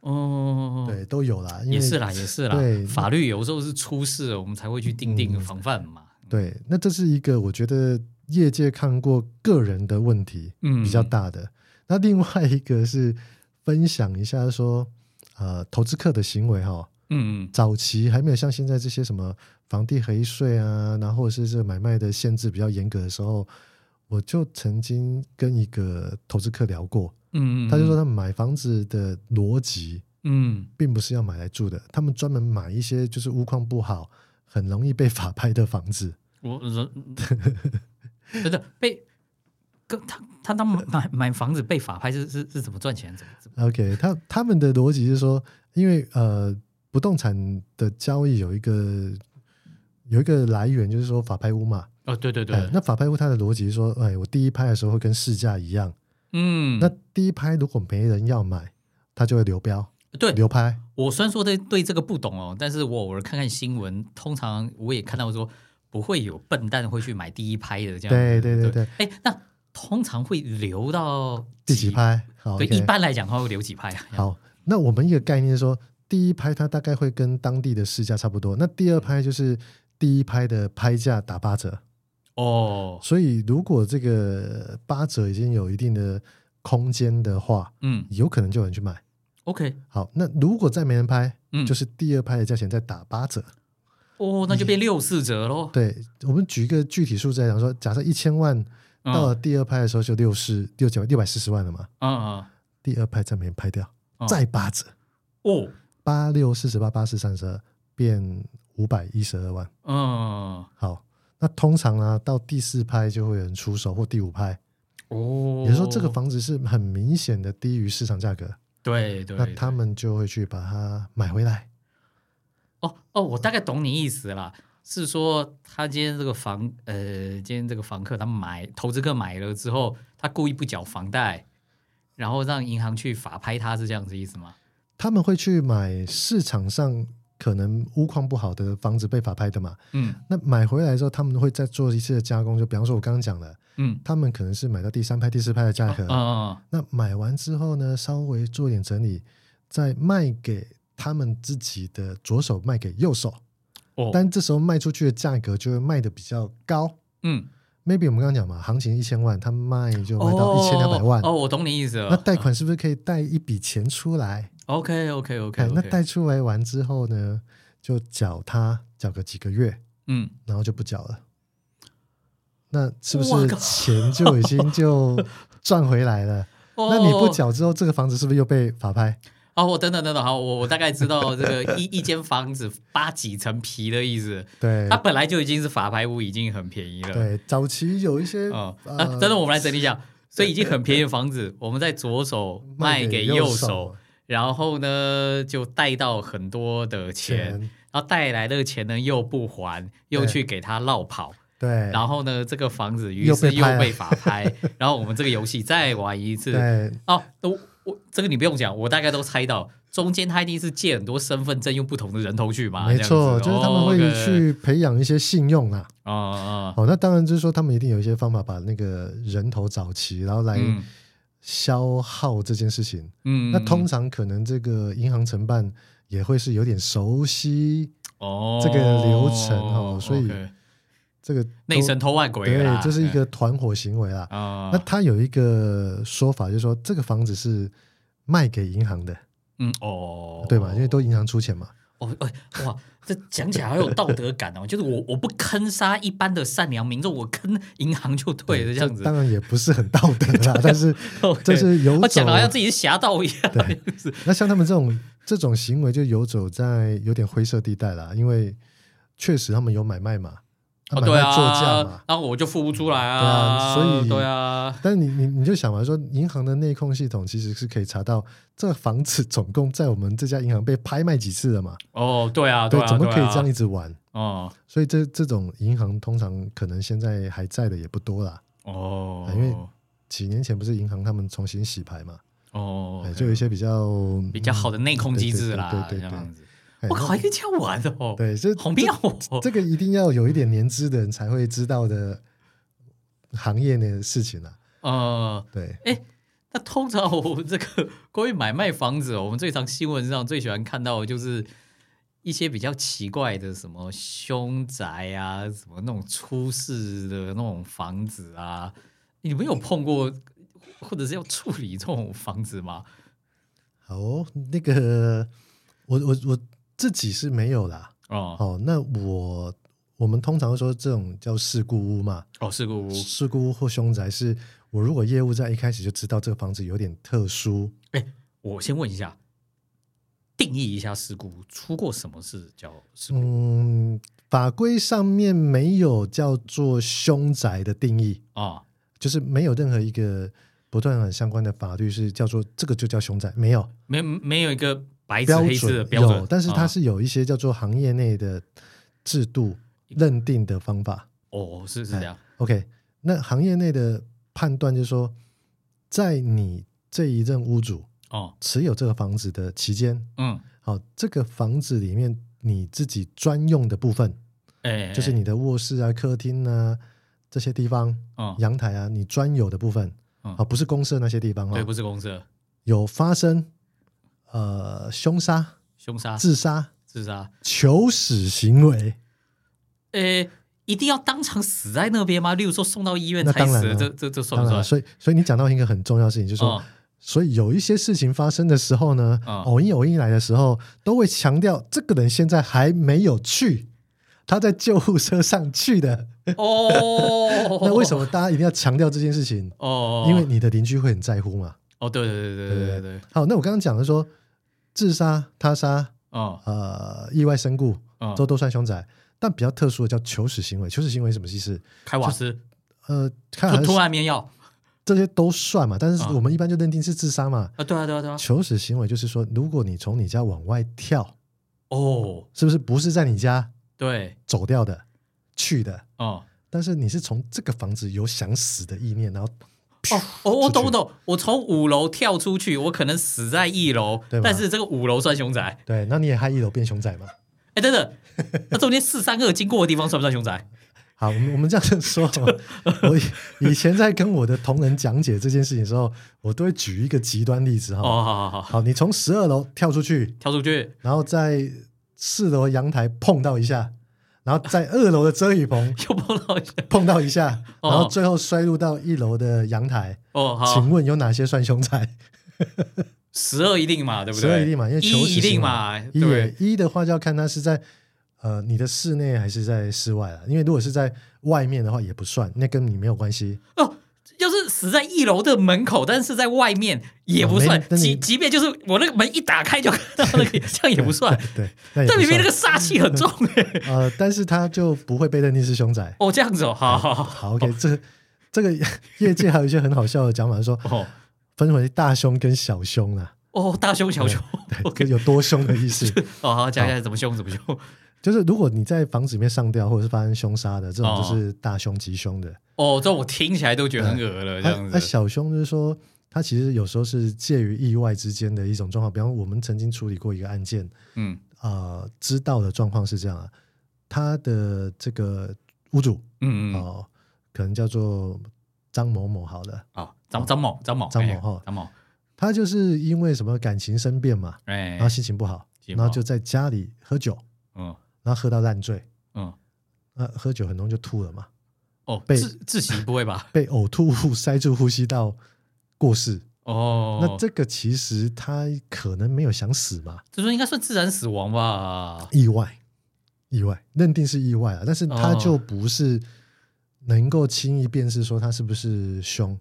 哦，
对，都有啦。因为
也是啦，也是啦
对，嗯
法律有时候是出事了，我们才会去定定防范嘛。
对，那这是一个我觉得业界看过个人的问题
嗯，
比较大的。那另外一个是分享一下说，呃，投资客的行为哈、
嗯，嗯
早期还没有像现在这些什么房地合一税啊，然后或者是这买卖的限制比较严格的时候，我就曾经跟一个投资客聊过，
嗯，嗯
他就说，他们买房子的逻辑
嗯，
并不是要买来住的，他们专门买一些就是屋况不好、很容易被法拍的房子。
我 人真的被跟他他当买买房子被法拍是是是怎么赚钱？怎么怎么？
OK，他他们的逻辑是说，因为呃，不动产的交易有一个有一个来源，就是说法拍屋嘛。
哦，对对
哎
对，
那法拍屋它的逻辑是说，哎，我第一拍的时候会跟市价一样，
嗯，
那第一拍如果没人要买，它就会流标
对
流拍。
我虽然说对对这个不懂哦，但是我偶尔看看新闻，通常我也看到说不会有笨蛋会去买第一拍的这样子。
对对对对，
哎，那通常会留到
第几？拍？好
对，
，OK
一般来讲的话会留几拍啊？
好，那我们一个概念是说，第一拍它大概会跟当地的市价差不多，那第二拍就是第一拍的拍价打八折。
哦，
所以如果这个八折已经有一定的空间的话，
嗯
有可能就有人去买。
，OK，
好，那如果再没人拍，
嗯，
就是是第二拍的价钱再打八折。
哦，那就变六四折喽。
对，我们举一个具体数字来讲说，假设一千万
嗯
到了第二拍的时候就六十六九六百四十万了嘛，
嗯
第二拍再没人拍掉，
嗯，
再八折，
哦，
八六四十八八四三十二变五百一十二万。
嗯，
好，那通常呢、到第四拍就会有人出手，或第五拍，
哦，
也就是说这个房子是很明显的低于市场价格，
对对，
那
对
他们就会去把它买回来。
哦哦，我大概懂你意思啦，是说他今天这个房呃，今天这个房客他买投资客买了之后，他故意不缴房贷，然后让银行去法拍他，是这样子意思吗？
他们会去买市场上可能屋况不好的房子被法拍的嘛？
嗯
那买回来之后，他们会再做一次的加工，就比方说我刚刚讲的，
嗯
他们可能是买到第三拍、第四拍的价格，
嗯嗯
那买完之后呢，稍微做一点整理，再卖给他们自己的左手卖给右手，
哦，
但这时候卖出去的价格就会卖的比较高。
嗯
maybe 我们刚刚讲嘛，行情一千万，他卖就卖到一千两百万，
哦，我懂你意思
那
了。
贷款是不是可以贷一笔钱出来？
OK OK
哎
OK，
那贷出来完之后呢，就缴他缴个几个月，
嗯，
然后就不缴了。那是不
哇
是
靠
钱就已经就赚回来了？
哦
那你不缴之后，这个房子是不是又被法拍？
哦，我等等等等，好，我我大概知道这个一一间房子扒几层皮的意思，
对
它本来就已经是法拍屋，已经很便宜了。
对，早期有一些
哦，啊，
呃
等等，我们来整理一下。所以已经很便宜的房子，我们在左手卖给右手，，然后呢就贷到很多的钱，
钱
然后带来的钱呢又不还，又去给他绕跑，
对，
然后呢这个房子于
又
是
被
又
拍了
被法 拍，然后我们这个游戏再玩一次。
对
哦，我我这个你不用讲，我大概都猜到，中间他一定是借很多身份证，用不同的人头去嘛，
没错，
这
就
样
是
子
他们会，
哦
去培养一些信用啦。
，OK，哦哦，
哦，那当然就是说，他们一定有一些方法把那个人头找齐，然后来
嗯
消耗这件事情。
嗯，
那通常可能这个银行承办也会是有点熟悉
哦
这个流程哦所以
OK
这个
内神偷外鬼了啦哎
对，这是一个团伙行为啦。
啊。
那他有一个说法，就是说这个房子是卖给银行的，
嗯哦，
对吧？因为都银行出钱嘛。
哦哎哇，这讲起来好有道德感哦。 就是我我不坑杀一般的善良民众，我坑银行就对了，这样子。
当然也不是很道德 啦，但是
OK
这是游
他
走啊
讲的好像自己是侠盗一样。
对，那像他们这种这种行为，就游走在有点灰色地带啦，因为确实他们有买卖嘛，啊
哦，
买
对
卖作价嘛
啊，。然后我就付不出来
对啊所以
对啊，
但你你你就想嘛，说银行的内控系统其实是可以查到这个房子总共在我们这家银行被拍卖几次了嘛？
哦，对啊，
对
啊，
怎么可以
对啊
这样一直玩？
哦
所以这这种银行通常可能现在还在的也不多啦。
哦，
啊因为几年前不是银行他们重新洗牌嘛，
哦
哎，就有一些比较
比较好的内控机制啦，
对对
这
对对
样子。
哎
我靠，还可以这样玩的哦，
对，这
好妙哦。
这个一定要有一点年资的人才会知道的行业内的事情啊。
呃，
对，
那通常我们这个关于买卖房子哦，我们最常新闻上最喜欢看到的就是一些比较奇怪的什么凶宅啊，什么那种出事的那种房子啊，你们有碰过或者是要处理这种房子吗？
好哦、那个我我我自己是没有啦。
哦
哦，那我我们通常说这种叫事故屋嘛，
哦，事故屋
事故屋或凶宅是，我如果业务在一开始就知道这个房子有点特殊，
我先问一下，定义一下事故，出过什么事叫事故？
嗯，法规上面没有叫做凶宅的定义，
啊、
就是没有任何一个不断很相关的法律是叫做这个就叫凶宅，没有
没没有一个白纸
标
黑字的
准
标准，
有，但是它
啊
是有一些叫做行业内的制度认定的方法。
哦，是是这样，
OK，那行业内的判断就是说，在你这一任屋主
哦，
持有这个房子的期间，
嗯，
好，这个房子里面你自己专用的部分，
哎、
就是
哎，
你的卧室啊、客厅啊这些地方、
哦，
阳台啊，你专有的部分，
嗯
好，不是公社那些地方
对，
哦，
不是公社，
有发生呃凶杀、
凶杀、
自杀、
自杀，
求死行为，
呃、一定要当场死在那边吗？例如说送到医院
那
才
当然
死，
了
这这这算
当
不
然
算
啊了，？所以所以你讲到一个很重要的事情，就是说。
哦
所以有一些事情发生的时候呢，
嗯
偶因偶因来的时候，都会强调这个人现在还没有去，他在救护车上去的。，
哦
那为什？么大家一定要强调这件事情？
哦，
因为你的邻居会很在乎嘛。
哦，对对对对对对对，
好，那我刚刚讲的说，自杀、他杀、
哦
呃，意外身故，
哦，
都都算凶宅。但比较特殊的叫求死行为，求死行为是什么意思？
开瓦斯，
呃，看
吞
好像
吞
是
安眠药
这些都算嘛，但是
嗯
我们一般就认定是自杀嘛。
啊，对啊对啊对啊，
求死行为就是说，如果你从你家往外跳，
哦，
是不是不是在你家
对，
走掉的、去的？
哦。
但是你是从这个房子有想死的意念，然后
哦，我我懂
出去
我懂，我从五楼跳出去，我可能死在一楼
对，吧
但是这个五楼算凶宅。
对，那你也害一楼变熊仔嘛？
哎，等等，那中间四三二经过的地方算不算凶宅？
好，我们我们这样子 说，我以以前在跟我的同仁讲解这件事情的时候，我都会举一个极端例子哈。
哦，好好好好，
好，你从十二楼跳出去，
跳出去，
然后在四楼阳台碰到一下，然后在二楼的遮 雨棚
又碰到一下。
碰到一下，
哦
然后最后摔入到一楼的阳台。
哦，好
请，问有哪些算凶宅？
十二一定嘛，对不对？
12一定嘛因为求
一
死
一定
心
嘛，
一
对，
一的话就要看它是在呃你的室内还是在室外了，因为如果是在外面的话也不算，那跟你没有关系。
哦。就是死在一楼的门口，但是在外面也不
哦
算
没。那你
即即便就是我那个门一打开就看到那 个，这样也不算。
对，那也
这
不
明明那
算
个煞气很重哎。
呃，但是它就不会被认定是凶宅。
哦，这样子哦，好好好
好，OK，这这个业界还有一些很好笑的讲法，说
哦
分为大凶跟小啊凶啦，
哦，大凶小凶。
对，有多凶的意思。
哦，好，讲一下怎么凶怎么凶。
就是如果你在房子里面上吊，或者是发生凶杀的，这种
哦
就是大凶吉凶的。
哦，这我听起来都觉得很恶了，这
那
样
那
子。
哎小凶就是说，它其实有时候是介于意外之间的一种状况。比方我们曾经处理过一个案件，
嗯
呃，知道的状况是这样啊，他的这个屋主
嗯嗯
哦、
嗯，
可能叫做张某某好了，
好，张张某张某
张某哦
哎
哈
张某，
他就是因为什么感情生变嘛，
哎
然后，心情不好，
心情
然
不好
后就在家里喝酒，
嗯
然后喝到烂醉，
嗯，
那、喝酒很容易就吐了嘛，
哦，
被
窒窒息不会吧？
被呕吐物塞住呼吸道过世。
哦，
那这个其实他可能没有想死嘛，
这说应该算自然死亡吧？
意外，意外，认定是意外啊，但是他
哦
就不是能够轻易辨识说他是不是凶，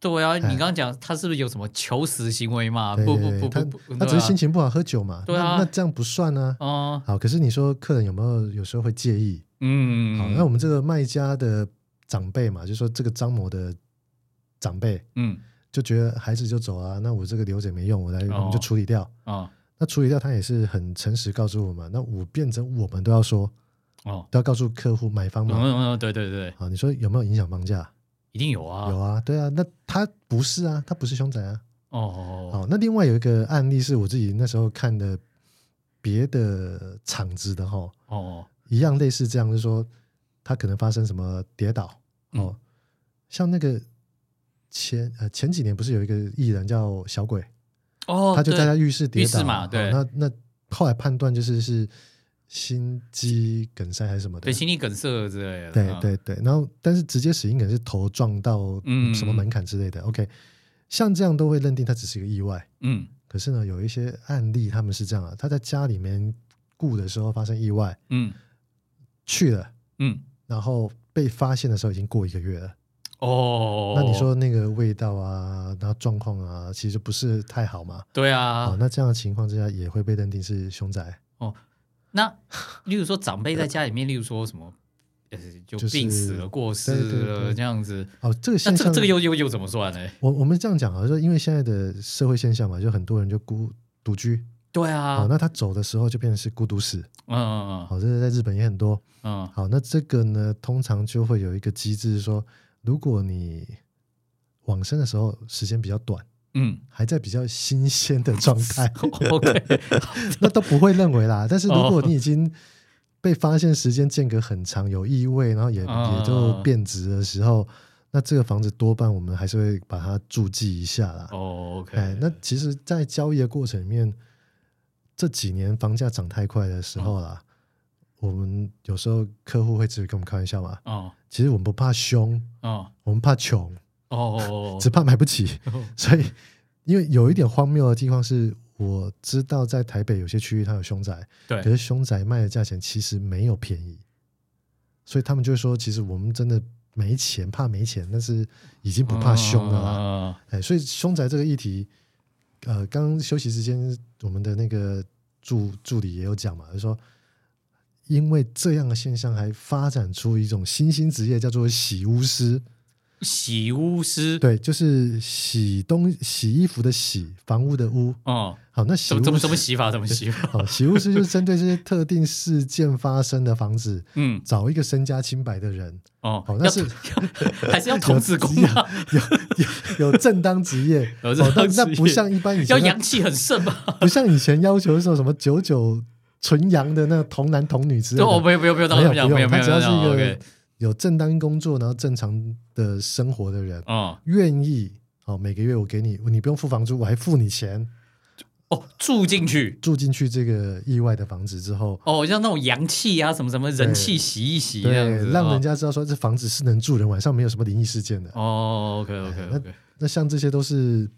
对啊，你
哎
刚刚讲他是不是有什么求死行为嘛？
对
啊不
对
不
对
不
他
不不，
他
对
只是
啊
心情不好喝酒嘛，
对啊
那那这样不算啊。
哦，
好，可是你说客人有没有有时候会介意？
嗯，
好，那我们这个卖家的长辈嘛，就说这个张某的长辈
嗯
就觉得孩子就走啊，那我这个留着也没用，我来我们就
哦
处理掉。
哦
那处理掉，他也是很诚实告诉我们，那我变成我们都要说，
哦，
都要告诉客户买方
嗯
嘛。啊
嗯，嗯对对对，
好，你说有没有影响房价？
一定有啊，
有啊，对啊，那他不是啊，他不是凶宅啊。
哦
好，那另外有一个案例是我自己那时候看的别的厂子的哈，
哦
一样类似这样，就是说他可能发生什么跌倒
嗯
哦，像那个前呃前几年不是有一个艺人叫小鬼，
哦，
他就在
对
他浴室跌
浴
倒
室嘛
哦
对
那那后来判断就是是心肌梗塞还是什么的
对，心肌梗塞之类的，
对
嗯，
对对，然后但是直接死因可能是头撞到
嗯
什么门槛之类的。OK，像这样都会认定他只是一个意外。
嗯
可是呢，有一些案例他们是这样啊，他在家里面雇的时候发生意外，
嗯
去了，
嗯，
然后被发现的时候已经过一个月了。
哦，
那你说那个味道啊，然后状况啊，其实不是太好嘛。
对
哦
啊，，
那这样的情况之下也会被认定是凶宅，
那例如说长辈在家里面，例如说什么，呃，就
就是
病死了、过世
对对
了
对
这样子，
哦，这个
那
现
这
象，
这个又又又怎么算呢？
我我们这样讲啊，就因为现在的社会现象嘛，就很多人就孤独居，
对
好，
啊，
那他走的时候就变成是孤独死。
嗯嗯
好，这个在日本也很多。
嗯
好，那这个呢，通常就会有一个机制说，如果你往生的时候时间比较短，
嗯，
还在比较新鲜的状态
，OK，
那都不会认为啦。但是如果你已经被发现时间间隔很长，有异味，然后也
嗯
也就变质的时候，那这个房子多半我们还是会把它注记一下啦。
哦，OK，
哎，那其实，在交易的过程里面，这几年房价涨太快的时候啦，我们有时候客户会自己跟我们开玩笑嘛。
哦
其实我们不怕凶，
哦
我们怕穷，
哦，
只怕买不起。
哦
所以，因为有一点荒谬的地方是，我知道在台北有些区域它有凶宅，
对
可是凶宅卖的价钱其实没有便宜，所以他们就会说，其实我们真的没钱，怕没钱，但是已经不怕凶了啦。
啦，
哎，所以凶宅这个议题，呃，刚刚休息时间，我们的那个助助理也有讲嘛，就说因为这样的现象，还发展出一种新兴职业，叫做洗屋师。
洗巫师，，
对，就是洗东洗衣服的洗，房屋的屋。
哦，
好，那
怎
洗
么怎
屋
么
师
怎么洗法，怎么洗 法，
好，洗屋师就是针对这些特定事件发生的房子，
嗯，
找一个身家清白的人，
哦
好，
要
那是
要 还是要童子功啊，
有有 有正当职业，
有
哦
正当
那那
职
不
业
像一般以
要
前那
阳气很盛吧？
不像以前要求说什么九九纯阳的那个童男童女之类
对，
的，
哦，不用不用不用，
没
没有
有
没有没
他
有，
只要是一
没有
个
，OK，
有正当工作，然后正常的生活的人，
哦
愿意哦，每个月我给你，你不用付房租，我还付你钱，
哦，住进去。
住进去这个意外的房子之后，
哦，像那种阳气啊，什么什么人气洗一洗这样
对
子，，
让人家知道说这房子是能住人，晚上没有什么灵异事件的。
哦，OK OK
那
OK，
那像这些都是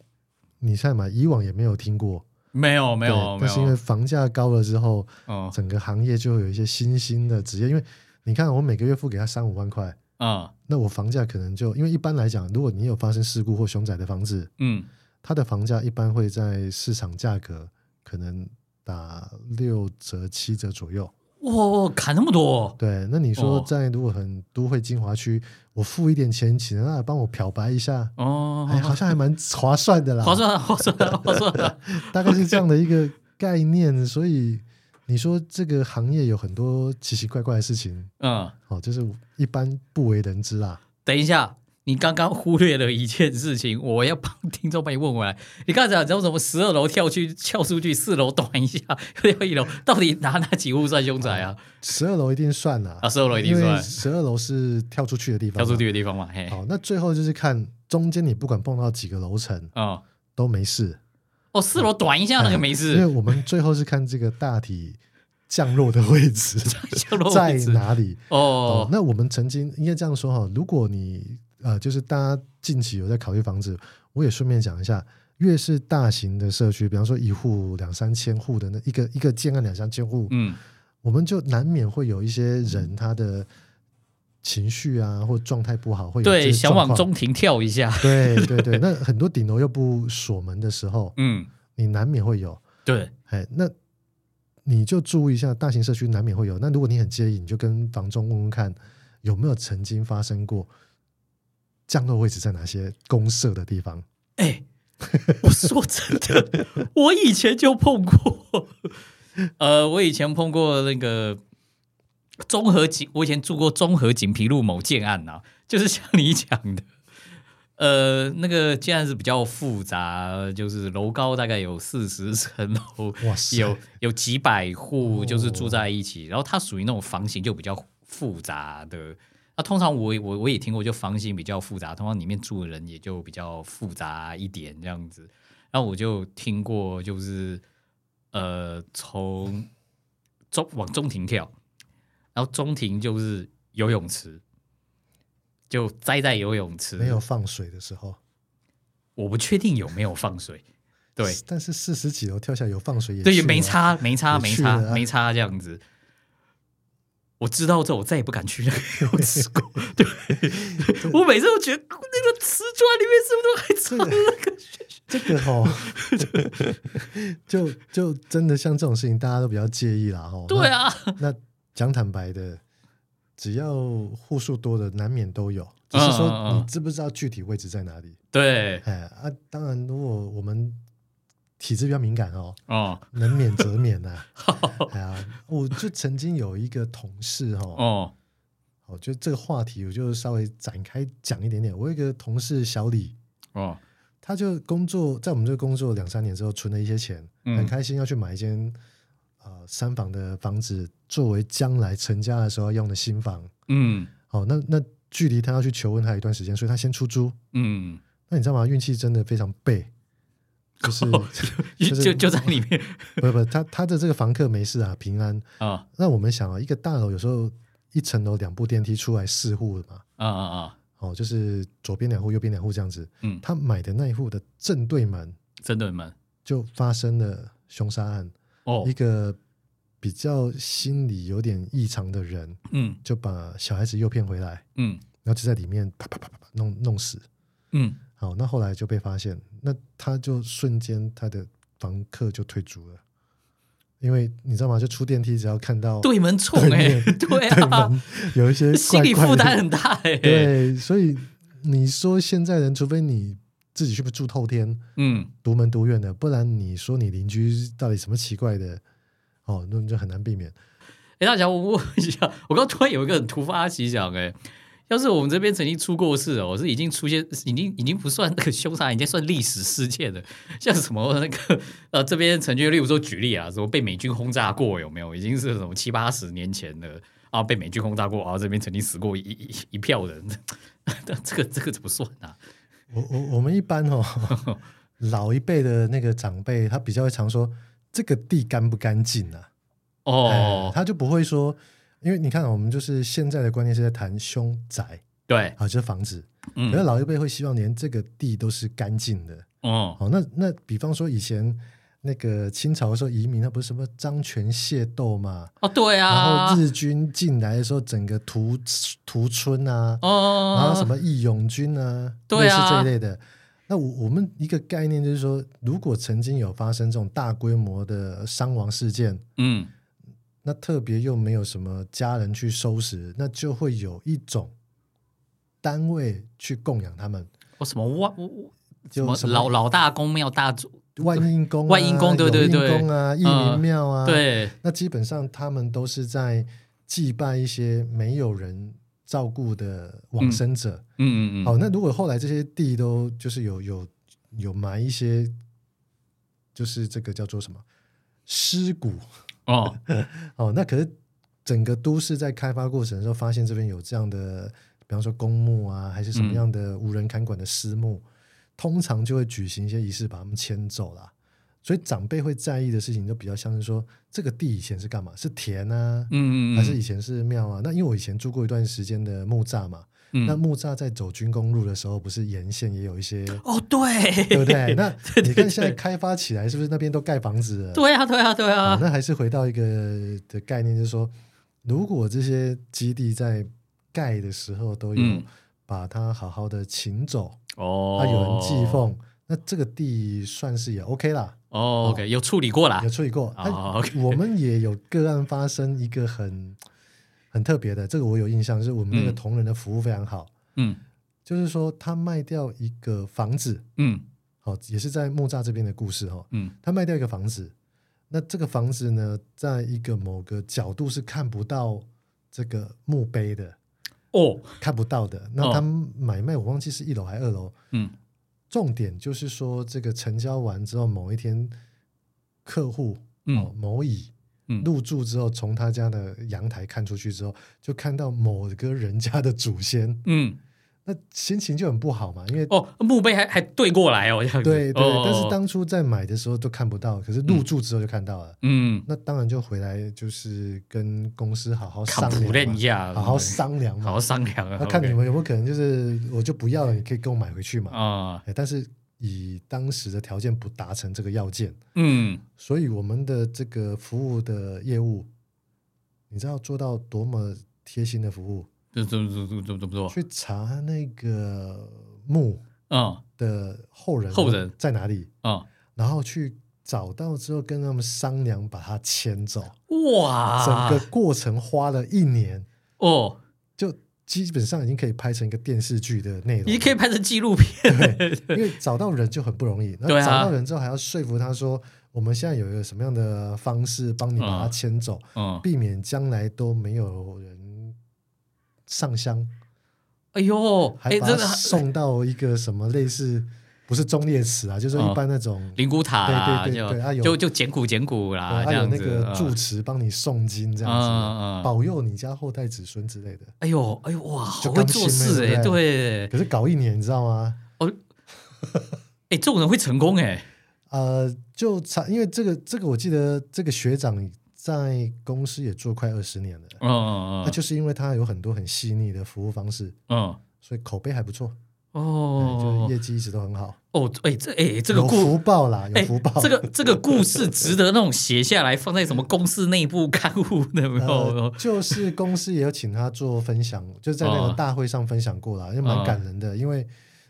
你看嘛，以往也没有听过，
没有没有
对
没
但是因为
有，
房价高了之后，
哦
整个行业就会有一些新兴的职业，因为你看，我每个月付给他三五万块，
啊
那我房价可能就因为一般来讲，如果你有发生事故或凶宅的房子，
嗯
它的房价一般会在市场价格可能打六折七折左右。
哇，砍那么多，
对，那你说
哦
在如果很都会精华区，我付一点钱，请人来帮我漂白一下，
哦，
哎，好像还蛮划算的啦，
划算划算划算，
大概是这样的一个概念。所以你说这个行业有很多奇奇怪怪的事情，
嗯，
哦，就是一般不为人知啦。
等一下，你刚刚忽略了一件事情，我要帮听众帮你问回来。你刚才讲讲什么十二楼跳去跳出去，四楼短一下又跳一楼，到底哪哪几户算凶
哦
宅啊？
十二楼一定算啦，
啊，十二楼一定
因为
算
十二楼是跳出去的地方
跳
嘛。
出去的地方嘛，嘿，
好，那最后就是看中间你不管碰到几个楼层
哦
都没事，
哦，四楼短一下那个没
哎
事，
因为我们最后是看这个大体降落的位置
跳楼
在
位置
哪里。哦
哦，，
那我们曾经应该这样说哈，如果你呃，就是大家近期有在考虑房子，我也顺便讲一下，越是大型的社区，比方说一户两三千户的那一个一个建案两三千户，
嗯
我们就难免会有一些人他的情绪啊或状态不好，会有
对，
这些
想
状
往
况
中庭跳一下，
对对对，那很多顶楼又不锁门的时候，
嗯，
你难免会有。
对，
哎，那你就注意一下，大型社区难免会有。那如果你很介意，你就跟房东问问看，有没有曾经发生过降落位置在哪些公社的地方？
哎，我说真的， 我以前就碰过，呃，我以前碰过那个综合锦，我以前住过综合锦皮路某建案呐、啊，就是像你讲的。呃，那个建案是比较复杂，就是楼高大概有四十层楼，
哇塞，
有有几百户
哦
就是住在一起，然后它属于那种房型就比较复杂的，那、通常我也我我也听过，就房型比较复杂，通常里面住的人也就比较复杂一点这样子。然后我就听过，就是呃，从中往中庭跳，然后中庭就是游泳池，就栽在游泳池。
没有，放水的时候。
我不确定有没有放水。对，
但是四十几楼跳下来有放水也
对，
去
也没
了啊。
差，没差，
也
没
去
差，
了啊
没差，这样子。我知道之后，我再也不敢 去那个游泳池过。对，我每次都觉得那个瓷砖里面是不是都还藏着那个？
这个哦，就就真的像这种事情，大家都比较介意啦。吼，
对啊，
那讲坦白的，只要户数多的，难免都有。只是
嗯嗯
说
嗯
你知不知道具体位置在哪里？
对，
哎啊，当然，如果我们体质比较敏感哦，
哦
能免则免呐、啊。哎呀，我就曾经有一个同事哦，
哦，
我觉得这个话题我就稍微展开讲一点点。我有一个同事小李，
哦，
他就工作在我们这工作两三年之后，存了一些钱，
嗯
很开心要去买一间呃三房的房子，作为将来成家的时候要用的新房。
嗯
哦，那那距离他要去求婚还有一段时间，所以他先出租。
嗯，
那你知道吗？运气真的非常背， 就是
就是哦就就在里 面
不不，他他的这个房客没事啊，平安。
啊
那我们想啊，一个大楼有时候一层楼两部电梯出来四户的嘛，
啊啊啊，
哦，就是左边两户，右边两户这样子。
嗯，
他买的那一户的正对门
真的门
就发生了凶杀案，
哦
一，个比较心理有点异常的人
嗯
就把小孩子诱骗回来，
嗯
然后就在里面啪啪啪啪啪弄弄死。
嗯，
好，那后来就被发现，那他就瞬间他的房客就退租了，因为你知道吗？就出电梯只要看到
对门宠哎，对
对
啊，
门有一些
心理
怪怪
负
的
担很大哎，，
对，所以你说现在人，除非你自己去不住透天，
嗯
独门独院的，不然你说你邻居到底什么奇怪的，哦，那就很难避免。
哎、大家，我问一下，我刚突然有一个很突发奇想、哎，要是我们这边曾经出过事哦，是已经出现，已经已经不算那个凶杀，已经算历史事件了。像什么那个呃，这边曾经，例如说举例啊，什么被美军轰炸过有没有？已经是什么七八十年前了啊，被美军轰炸过啊，这边曾经死过一一一票人，但这个这个怎么算啊？
我我我们一般 哦，老一辈的那个长辈，他比较会常说这个地干不干净啊。哎
哦，
他就不会说，因为你看，我们就是现在的观念是在谈凶宅
对，
啊，就是房子。可是
嗯，
老一辈会希望连这个地都是干净的。
哦，
哦，那那比方说以前那个清朝的时候移民，那不是什么张权械斗嘛？
哦，对
然
啊，
后日军进来的时候，整个屠屠村啊，
哦，
然后什么义勇军啊，
对啊
类似这一类的。那我我们一个概念就是说，如果曾经有发生这种大规模的伤亡事件，
嗯，
那特别又没有什么家人去收拾，那就会有一种单位去供养他们，
我什么万，我什
就
么
什
老
么
老大公庙大主，
万应宫啊、
万应宫对对对嗯
有应宫啊、义民庙啊，，
对，
那基本上他们都是在祭拜一些没有人照顾的往生者。
嗯嗯嗯，
好，那如果后来这些地都就是有有有埋一些，就是这个叫做什么尸骨，
哦，
哦，那可是整个都市在开发过程的时候，发现这边有这样的，比方说公墓啊，还是
嗯
什么样的无人看管的私墓，通常就会举行一些仪式把他们迁走啦。所以长辈会在意的事情，就比较像是说，这个地以前是干嘛？是田啊，
嗯嗯，
还是以前是庙啊？那因为我以前住过一段时间的木栅嘛，
嗯
那木栅在走军工路的时候，不是沿线也有一些，
哦， 对，
对不对？那你
对
看现在
对
开发起来，是不是那边都盖房子了？
对啊，对啊，对
啊，
啊，
那还是回到一个的概念，就是说，如果这些基地在盖的时候都有
嗯
把它好好的请走，
哦
啊，有人祭，奉，那这个地算是也 OK 啦，
哦，OK，有处理过啦
有，处理过。
哦
啊
OK
我们也有个案发生一个很很特别的，这个我有印象，就是我们那个
嗯
同仁的服务非常好，
嗯
就是说他卖掉一个房子，
嗯
哦，也是在木栅这边的故事哦，
嗯，
他卖掉一个房子，那这个房子呢，在一个某个角度是看不到这个墓碑的，
哦，
看不到的。那他买卖我忘记是一楼还是二楼。
嗯
重点就是说，这个成交完之后，某一天客户
嗯
哦某乙
嗯
入住之后，从他家的阳台看出去之后，就看到某个人家的祖先，
嗯，
那心情就很不好嘛，因为
哦，墓碑还还对过来哦，这样子，
对对，
哦
但是当初在买的时候都看不到，可是入住之后就看到了。
嗯，
那当然就回来，就是跟公司好好商
看
量
谱
嘛
练一下，
好好
对
商量
好
嘛
好。商量啊，
那看
OK
你们有没有可能，就是我就不要了，你可以给我买回去嘛。
啊，
哎但是以当时的条件不达成这个要件，
嗯，
所以我们的这个服务的业务，你知道做到多么贴心的服务？
这这这这这怎么做？
去查那个墓
嗯
的后人
后人
在哪里，
嗯，
然后去找到之后跟他们商量把它迁走。整
哇，
个过程花了一年，
哦，
就基本上已经可以拍成一个电视剧的内容。
你可以拍成纪录片，
对，因为找到人就很不容易。然后
对啊
找到人之后，还要说服他说，我们现在有一个什么样的方式帮你把它牵走，
嗯，
避免将来都没有人上香，
哎呦，
还
哎，
把
真
它
的
送到一个什么类似不是忠烈祠
嗯
啊，就是一般那种。
灵骨塔啦，
对对对对啊
就
有
就就捡骨捡骨啦，
还
这
有
样
那
子，
个
嗯
住持帮你诵经这样子，
嗯嗯嗯，
保佑你家后代子孙之类的。
哎呦哎呦哇，好
就
会
刚
做
新妹
事哎，
对不
对，
可是搞一年，你知道吗？
哎，这种人会成功哎，
呃，就查，因为这个这个，我记得这个学长在公司也做快二十年了，
嗯嗯
那、
嗯
就是因为他有很多很细腻的服务方式，
嗯，
所以口碑还不错，对哎就是
哦
业绩一直都很好，
哦，哎这哎这个
有
故
福报啦，有
哎
福报。，
这个这个故事值得那种写下来放在什么公司内部刊物的有没
呃
有？，
就是公司也有请他做分享，就是在那
哦
个大会上分享过啦，也蛮感人的，因为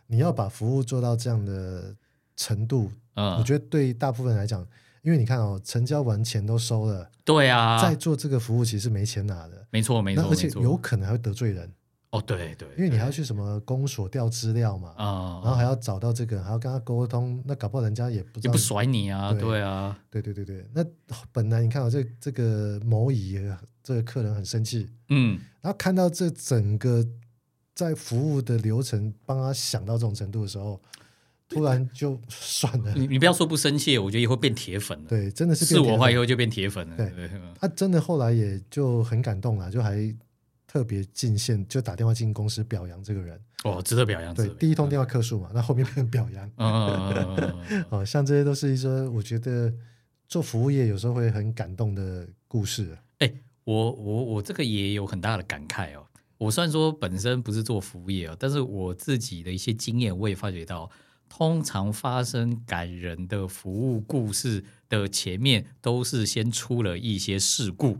你要把服务做到这样的程度，
嗯，
我觉得对大部分人来讲，因为你看哦，成交完钱都收了，
对啊，
再做这个服务其实没钱拿的。
没错没
那
错
而且
没
有
错，
可能还会得罪人，
哦对对，
因为你还要去什么公所调资料嘛，
啊，
然后还要找到这个人，还要跟他沟通，那搞不好人家也不知
也
道
不。甩你啊，
对
对啊，
对对对对，那本来你看到哦这这个某乙这个客人很生气，
嗯
然后看到这整个在服务的流程帮他想到这种程度的时候，突然就 算了，
你你不要说不生气，我觉得以后变铁粉了。
对，真的是
嗯是我话
怀
以
疑。
后就变铁粉了。
对
对，
他真的后来也就很感动啦，就还特别进线，就打电话进公司表扬这个人。
哦，值得表扬。
对
值，得表扬
第一通，电话客诉嘛，那后面变成表扬。
嗯嗯嗯嗯嗯嗯，
哦，像这些都是一些我觉得做服务业有时候会很感动的故事。啊
哎我我我这个也有很大的感慨哦。我虽然说本身不是做服务业哦，但是我自己的一些经验，我也发觉到，通常发生感人的服务故事的前面，都是先出了一些事故，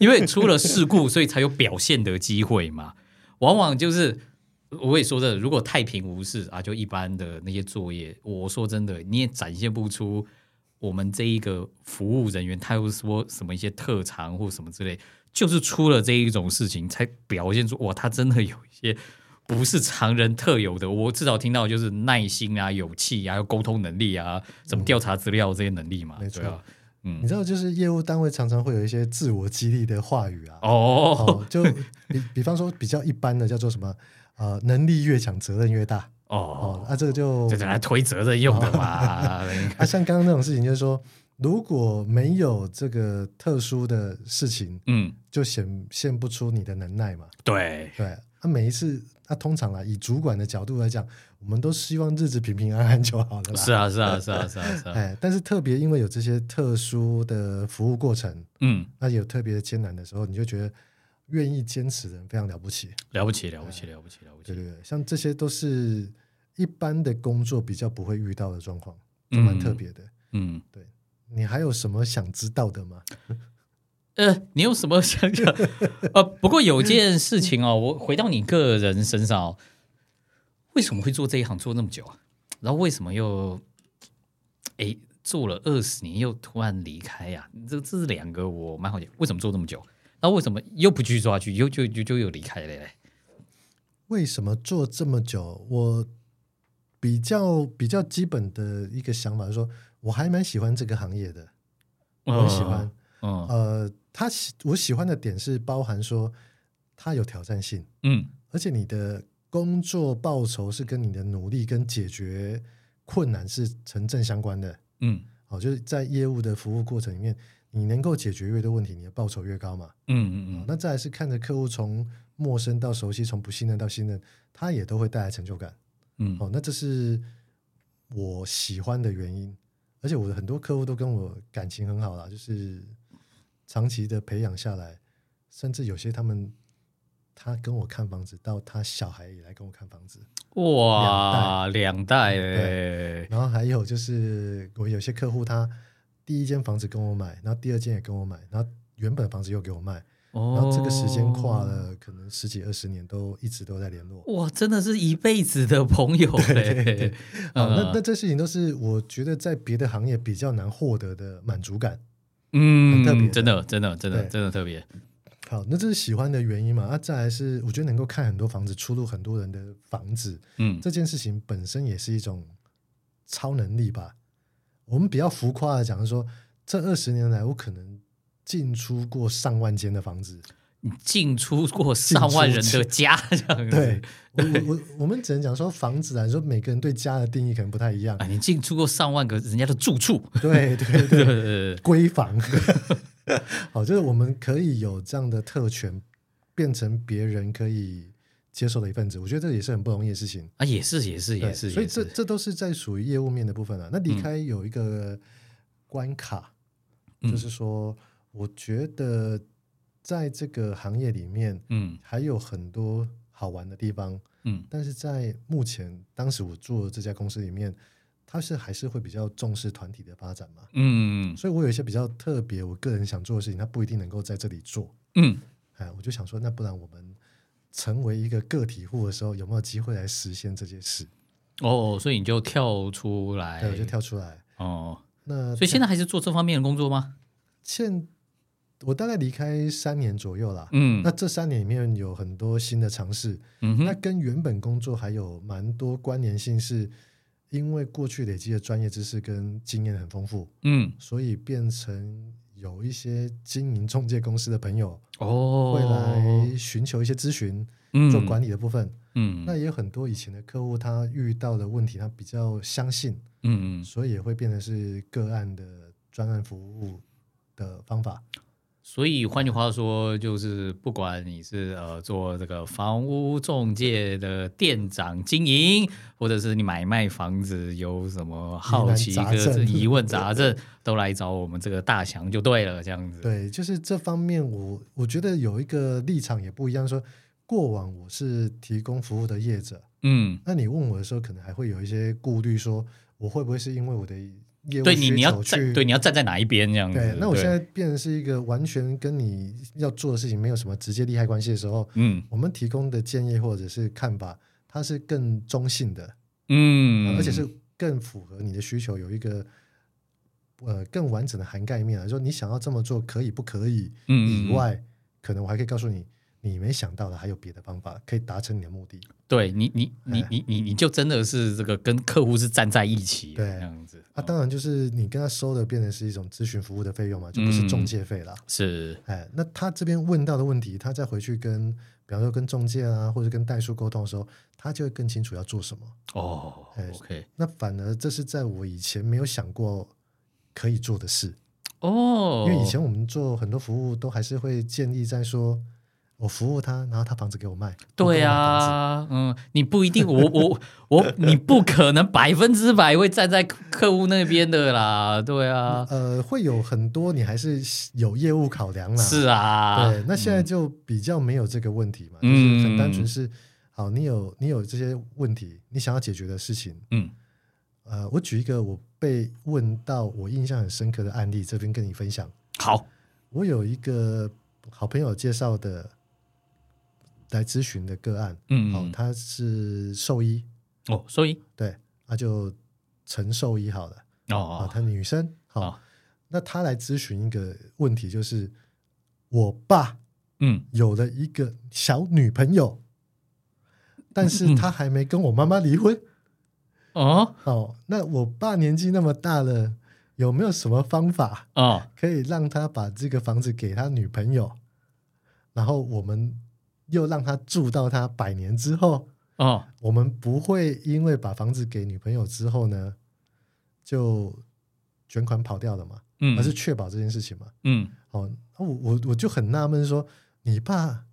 因为出了事故，所以才有表现的机会嘛。往往就是我也说真的，如果太平无事啊，就一般的那些作业，我说真的，你也展现不出我们这一个服务人员他又说什么一些特长或什么之类，就是出了这一种事情，才表现出哇，他真的有一些。不是常人特有的，我至少听到就是耐心啊、勇气啊、还有沟通能力啊、什么调查资料这些能力嘛，
嗯没错
对啊，
你知道，就是业务单位常常会有一些自我激励的话语啊。
哦
哦，就比 比方说比较一般的叫做什么，呃，能力越强，责任越大。
哦
哦，，那、这个就
这是来推责任用的嘛。
啊，像刚刚那种事情，就是说，如果没有这个特殊的事情，
嗯，
就显现不出你的能耐嘛。
对，
对，他、每一次，他、通常啦，以主管的角度来讲，我们都希望日子平平安安就好了啦。
是啊，是啊，是啊，是啊，是啊，
哎，但是特别因为有这些特殊的服务过程，
嗯，
那有特别的艰难的时候，你就觉得愿意坚持的人非常了不起。
了不起，了不起，了不起，了不
对
起，
对对，像这些都是一般的工作比较不会遇到的状况，就
嗯
蛮特别的。
嗯，
你还有什么想知道的吗？
呃，你有什么想 讲？呃，不过有件事情哦，我回到你个人身上哦，为什么会做这一行做那么久啊？然后为什么又，哎，做了二十年又突然离开呀、这这是两个我蛮好奇，为什么做这么久？然后为什么又不继续做下去，又就就就又离开了嘞？
为什么做这么久？我比较比较基本的一个想法是说，我还蛮喜欢这个行业的，我很喜欢。
嗯，
呃，它喜我喜欢的点是包含说它有挑战性，
嗯
而且你的工作报酬是跟你的努力跟解决困难是成正相关的。
嗯嗯
哦、哦，就是在业务的服务过程里面，你能够解决越多问题，你的报酬越高嘛。
嗯
哦
嗯嗯，
那再来是看着客户从陌生到熟悉，从不信任到信任，它也都会带来成就感。
嗯
哦，那这是我喜欢的原因，而且我的很多客户都跟我感情很好啦，就是长期的培养下来，甚至有些他们他跟我看房子，到他小孩也来跟我看房子，
哇，两代哎，
然后还有就是我有些客户他第一间房子跟我买，然后第二间也跟我买，然后原本的房子又给我卖，然
然
后这个时间跨，了可能十几二十年，都一直都在联络。
哇，真的是一辈子的朋 友哎，
啊，那
嗯
那这事情都是我觉得在别的行业比较难获得的满足感。很特别
嗯，
的
真的真的真的
对
真的特别，
好，那这是喜欢的原因嘛？啊，再来是我觉得能够看很多房子，出入很多人的房子，
嗯
这件事情本身也是一种超能力吧。我们比较浮夸的讲是说，这二十年来我可能进出过上万间的房子。
进出过上万人的家，这样子
对，我我我我们只能讲说房子来说，每个人对家的定义可能不太 一样
啊，。你进出过上万个人家的住处，
对对
对
对，
对对对
闺房。 好，就是我们可以有这样的特权，变成别人可以接受的一份子，我觉得这也是很不容易的事情。
啊，也是也是
对
也是，
所以
也
这
是
这都是在属于业务面的部分啊了、那离开有一个关卡，
嗯
就是说，我觉得在这个行业里面
嗯
还有很多好玩的地方，
嗯
但是在目前当时我做的这家公司里面，它是还是会比较重视团体的发展嘛。
嗯
所以我有一些比较特别，我个人想做的事情，它不一定能够在这里做。
嗯，
哎，我就想说，那不然我们成为一个个体户的时候，有没有机会来实现这件事？
哦，所以你就跳出来
对，我就跳出来。
哦，
那
所以现在还是做这方面的工作吗？
现我大概离开三年左右啦。
嗯
那这三年里面有很多新的尝试，
嗯
那
哼
跟原本工作还有蛮多关联性，是因为过去累积的专业知识跟经验很丰富，
嗯
所以变成有一些经营中介公司的朋友
哦，
会来寻求一些咨询，
嗯
做管理的部分。
嗯
那也有很多以前的客户，他遇到的问题，他比较相信，
嗯嗯，
所以也会变成是个案的专案服务的方法。
所以换句话说，就是不管你是呃做这个房屋中介的店长经营，或者是你买卖房子有什么好奇
疑难杂
跟
症
疑问杂症，都来找我们这个大祥就对了，这样子。
对，就是这方面我，我觉得有一个立场也不一样，说过往我是提供服务的业者，
嗯，
那你问我的时候，可能还会有一些顾虑，说我会不会是因为我的业务
对你
需
你要
求
站
去
对你要站在哪一边这样子
对？，那我
对
现在变成是一个完全跟你要做的事情没有什么直接利害关系的时候，
嗯
我们提供的建议或者是看法，它是更中性的，
嗯，
而且是更符合你的需求，有一个呃更完整的涵盖面来说，你想要这么做可以不可以？
嗯嗯
以外，可能我还可以告诉你，你没想到的还有别的方法可以达成你的目的。啊
对你你你
哎
你你你就真的是这个跟客户是站在一起的
对
这样子
啊，当然就是你跟他收的变成是一种咨询服务的费用嘛，就不是中
嗯
介费啦。
是
哎，那他这边问到的问题，他再回去跟，比方说跟中介啊，或者跟代书沟通的时候，他就会更清楚要做什么。
哦
哎
，OK，
那反而这是在我以前没有想过可以做的事，
哦，
因为以前我们做很多服务都还是会建议在说，我服务他，然后他房子给我卖。
对
啊，
啊，嗯，你不一定，我我我，你不可能百分之百会站在客户那边的啦，对啊，
呃，会有很多你还是有业务考量啦。
是啊，
嗯对，那现在就比较没有这个问题嘛，
嗯
就是很单纯是，好，你有你有这些问题，你想要解决的事情，
嗯
呃，我举一个我被问到我印象很深刻的案例，这边跟你分享。
好，
我有一个好朋友介绍的来咨询的个案，
嗯
好、他是兽医，
哦，所以
对，那就陈兽医好了，啊、
哦，
她女生，好、
好
那她来咨询一个问题，就是我爸
嗯，
有了一个小女朋友，但是他还没跟我妈妈离婚。
哦
哦，那我爸年纪那么大了，有没有什么方法
哦，
可以让他把这个房子给他女朋友，然后我们又让他住到他百年之后？
哦，
我们不会因为把房子给女朋友之后呢，就卷款跑掉了嘛，
嗯
而是确保这件事情嘛。
嗯
哦，啊我我我就很纳闷说，你爸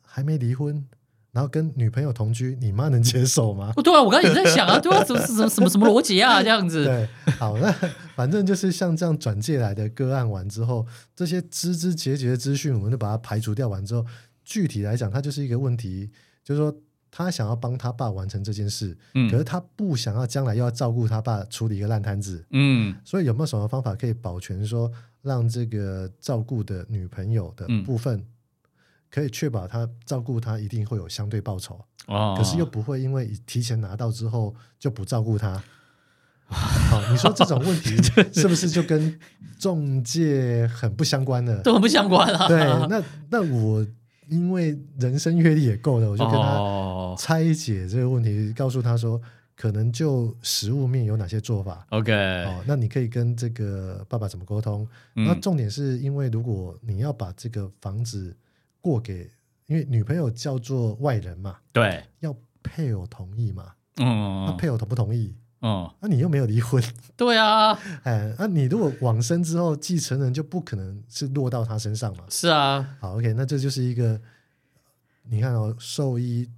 还没离婚，然后跟女朋友同居，你妈能接受吗？
哦，对啊，我刚刚也在想啊，对啊，怎么怎么什么什么逻辑啊，这样子，
对，好，那反正就是像这样转借来的个案完之后，这些枝枝节节的资讯，我们就把它排除掉完之后，具体来讲，它就是一个问题，就是说他想要帮他爸完成这件事，
嗯
可是他不想要将来又要照顾他爸处理一个烂摊子，
嗯
所以有没有什么方法可以保全说让这个照顾的女朋友的
嗯
部分，可以确保他照顾他一定会有相对报酬？
哦，
可是又不会因为提前拿到之后就不照顾 他。好，你说这种问题 是不是就跟中介很不相关 呢？
都很不相关啊，
对，那那我因为人生阅历也够了，我就跟他
哦
拆解这个问题，告诉他说，可能就实物面有哪些做法。
，OK，
哦，那你可以跟这个爸爸怎么沟通？
嗯
那重点是因为如果你要把这个房子过给，因为女朋友叫做外人嘛，
对，
要配偶同意嘛，那
嗯
配偶同不同意？
嗯，
那、你又没有离婚，
对啊，
哎，那、你如果往生之后，继承人就不可能是落到他身上嘛。
是啊，
好，OK，那这就是一个，你看哦，兽医，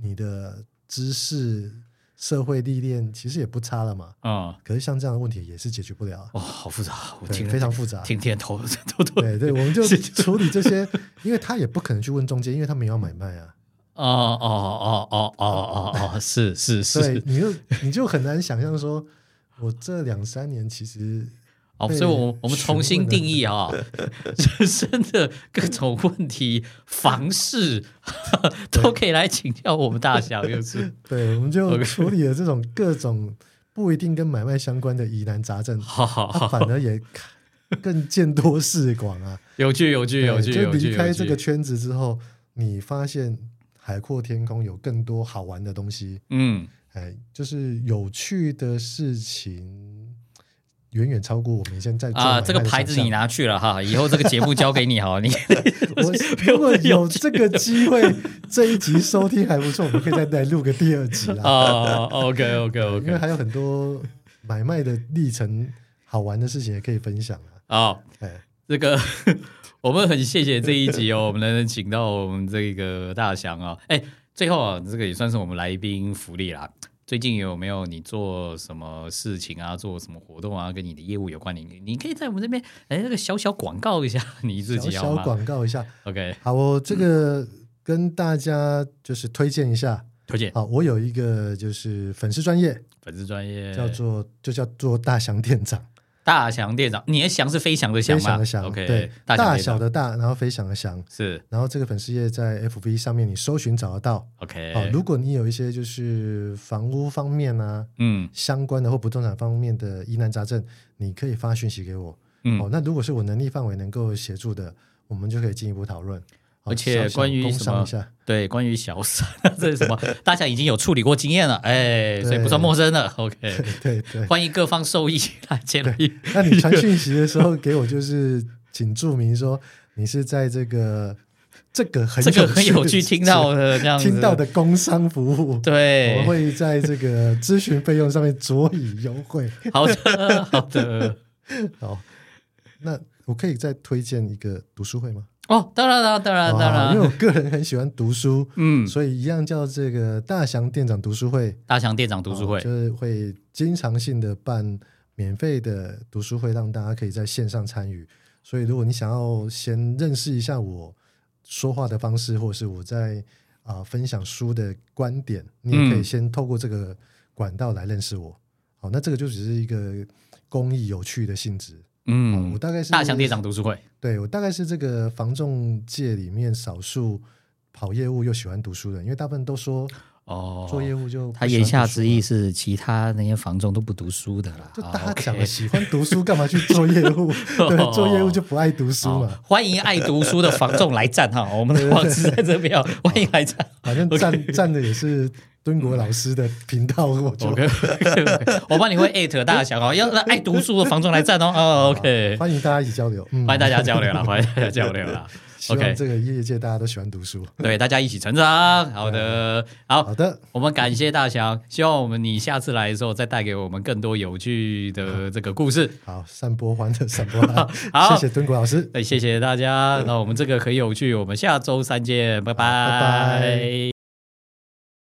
你的知识、社会历练其实也不差了嘛。
嗯，
可是像这样的问题也是解决不了啊，
哇，好复杂，我
对
听了
非常复杂。
听天头 都都
对对，我们就
是
处理这些，因为他也不可能去问中介，因为他没有买卖啊。
哦哦哦哦哦哦哦，是是
对
是，，
你就你就很难想象说，我这两三年其实
好，
被
哦所以我们我们重新定义啊， 人生的各种问题、房事 都可以来请教我们大小，又 是
对，我们就
OK
处理了这种各种不一定跟买卖相关的疑难杂症，
好好
它
好，
反而也更见多识广啊。
有趣有趣有趣
对就
有趣，
离开
有
这
趣
个圈子之后，你发现海阔天空，有更多好玩的东西。
嗯，
哎，就是有趣的事情，远远超过我们现在做买
啊，
卖
这个
的
牌
想
子
象
你，拿去了哈，以后这个节目交给你 哈，你
我如果有这个机会，这一集收听还不错，我们可以再来录个第二集啊。
哦，OK OK
因为
OK，
还有很多买卖的历程、好玩的事情也可以分享啊。
好，
哎，
这个 我们很谢谢这一集哦，我 们能请到我们这个大祥啊、哎，最后啊，这个也算是我们来宾福利啦。最近有没有你做什么事情啊，做什么活动啊，跟你的业务有关？你你可以在我们这边哎，那个小小广告一下 你自
小
己好
小
吗
广告一下，
o k
好，我这个跟大家就是推荐一下。
推荐
好，我有一个就是粉丝专业，
粉丝专业
叫做就叫做大祥店长，
大祥店长，你的祥是飞翔的
飞
翔
翔
吗
的翔，
？OK，
对，
大
大
祥
小
店长
的大，然后飞翔的翔。
是
然后这个粉丝页在 FB 上面你搜寻找得到。
OK，、
好，如果你有一些就是房屋方面啊
嗯
相关的或不动产方面的疑难杂症，你可以发讯息给我。
嗯，
哦，那如果是我能力范围能够协助的，我们就可以进一步讨论。好
而且
小小
关于
工
什
商
么
一下，
对，关于小三啊 这是什么，大家已经有处理过经验了，哎，所以不
对
算陌生了。OK，
对对。
欢迎各方受益 来建立。
那你传讯息的时候给我就是，请注明说你是在这个这个很
这个很有趣，听到的这样子
听到的工商服务，我
对
们，会在这个咨询费用上面酌以优 惠。
好的好的。
好，那我可以再推荐一个读书会吗？
哦，当然啦，当然当
哇因
然，
为我个人很喜欢读书，
嗯，
所以一样叫这个大祥店长读书会。
大强店长读书
哦
会
就是会经常性的办免费的读书会，让大家可以在线上参与。所以，如果你想要先认识一下我说话的方式，或者是我在啊、分享书的观点，你也可以
嗯
先透过这个管道来认识我。好，那这个就只是一个公益有趣的性质。哦我
嗯，
大概是
大强店长读书会
对我大概是这个房仲界里面少数跑业务又喜欢读书的人，因为大部分都说
哦，
做业务就不
他
喜欢
言下
读书
之
嘛
意是，其他那些房仲都不读书的啦。
就
啊
大家
OK
讲了喜欢读书，干嘛去做业 务？对，做业务就不爱读书
哦好
嘛，，
欢迎爱读书的房仲来站哈，我们的网址在这边哦，欢迎来站。
反正站站的也是敦国老师的频道，我就
OK，我 帮你会艾特大小哦，要爱读书的房仲来站哦。哦，OK，
啊欢迎大家一起交流。嗯
欢迎大家交流啦，欢迎大家交流啦。
希望这个业界大家都喜欢读书。
对，大家一起成长。好的，好，
好的，
我们感谢大强，希望我们你下次来的时候再带给我们更多有趣的这个故事。
好，散播欢乐， 散播爱
好
谢谢敦国老
哎
师。
对，谢谢大家。那我们这个很有趣，我们下周三见，拜
拜拜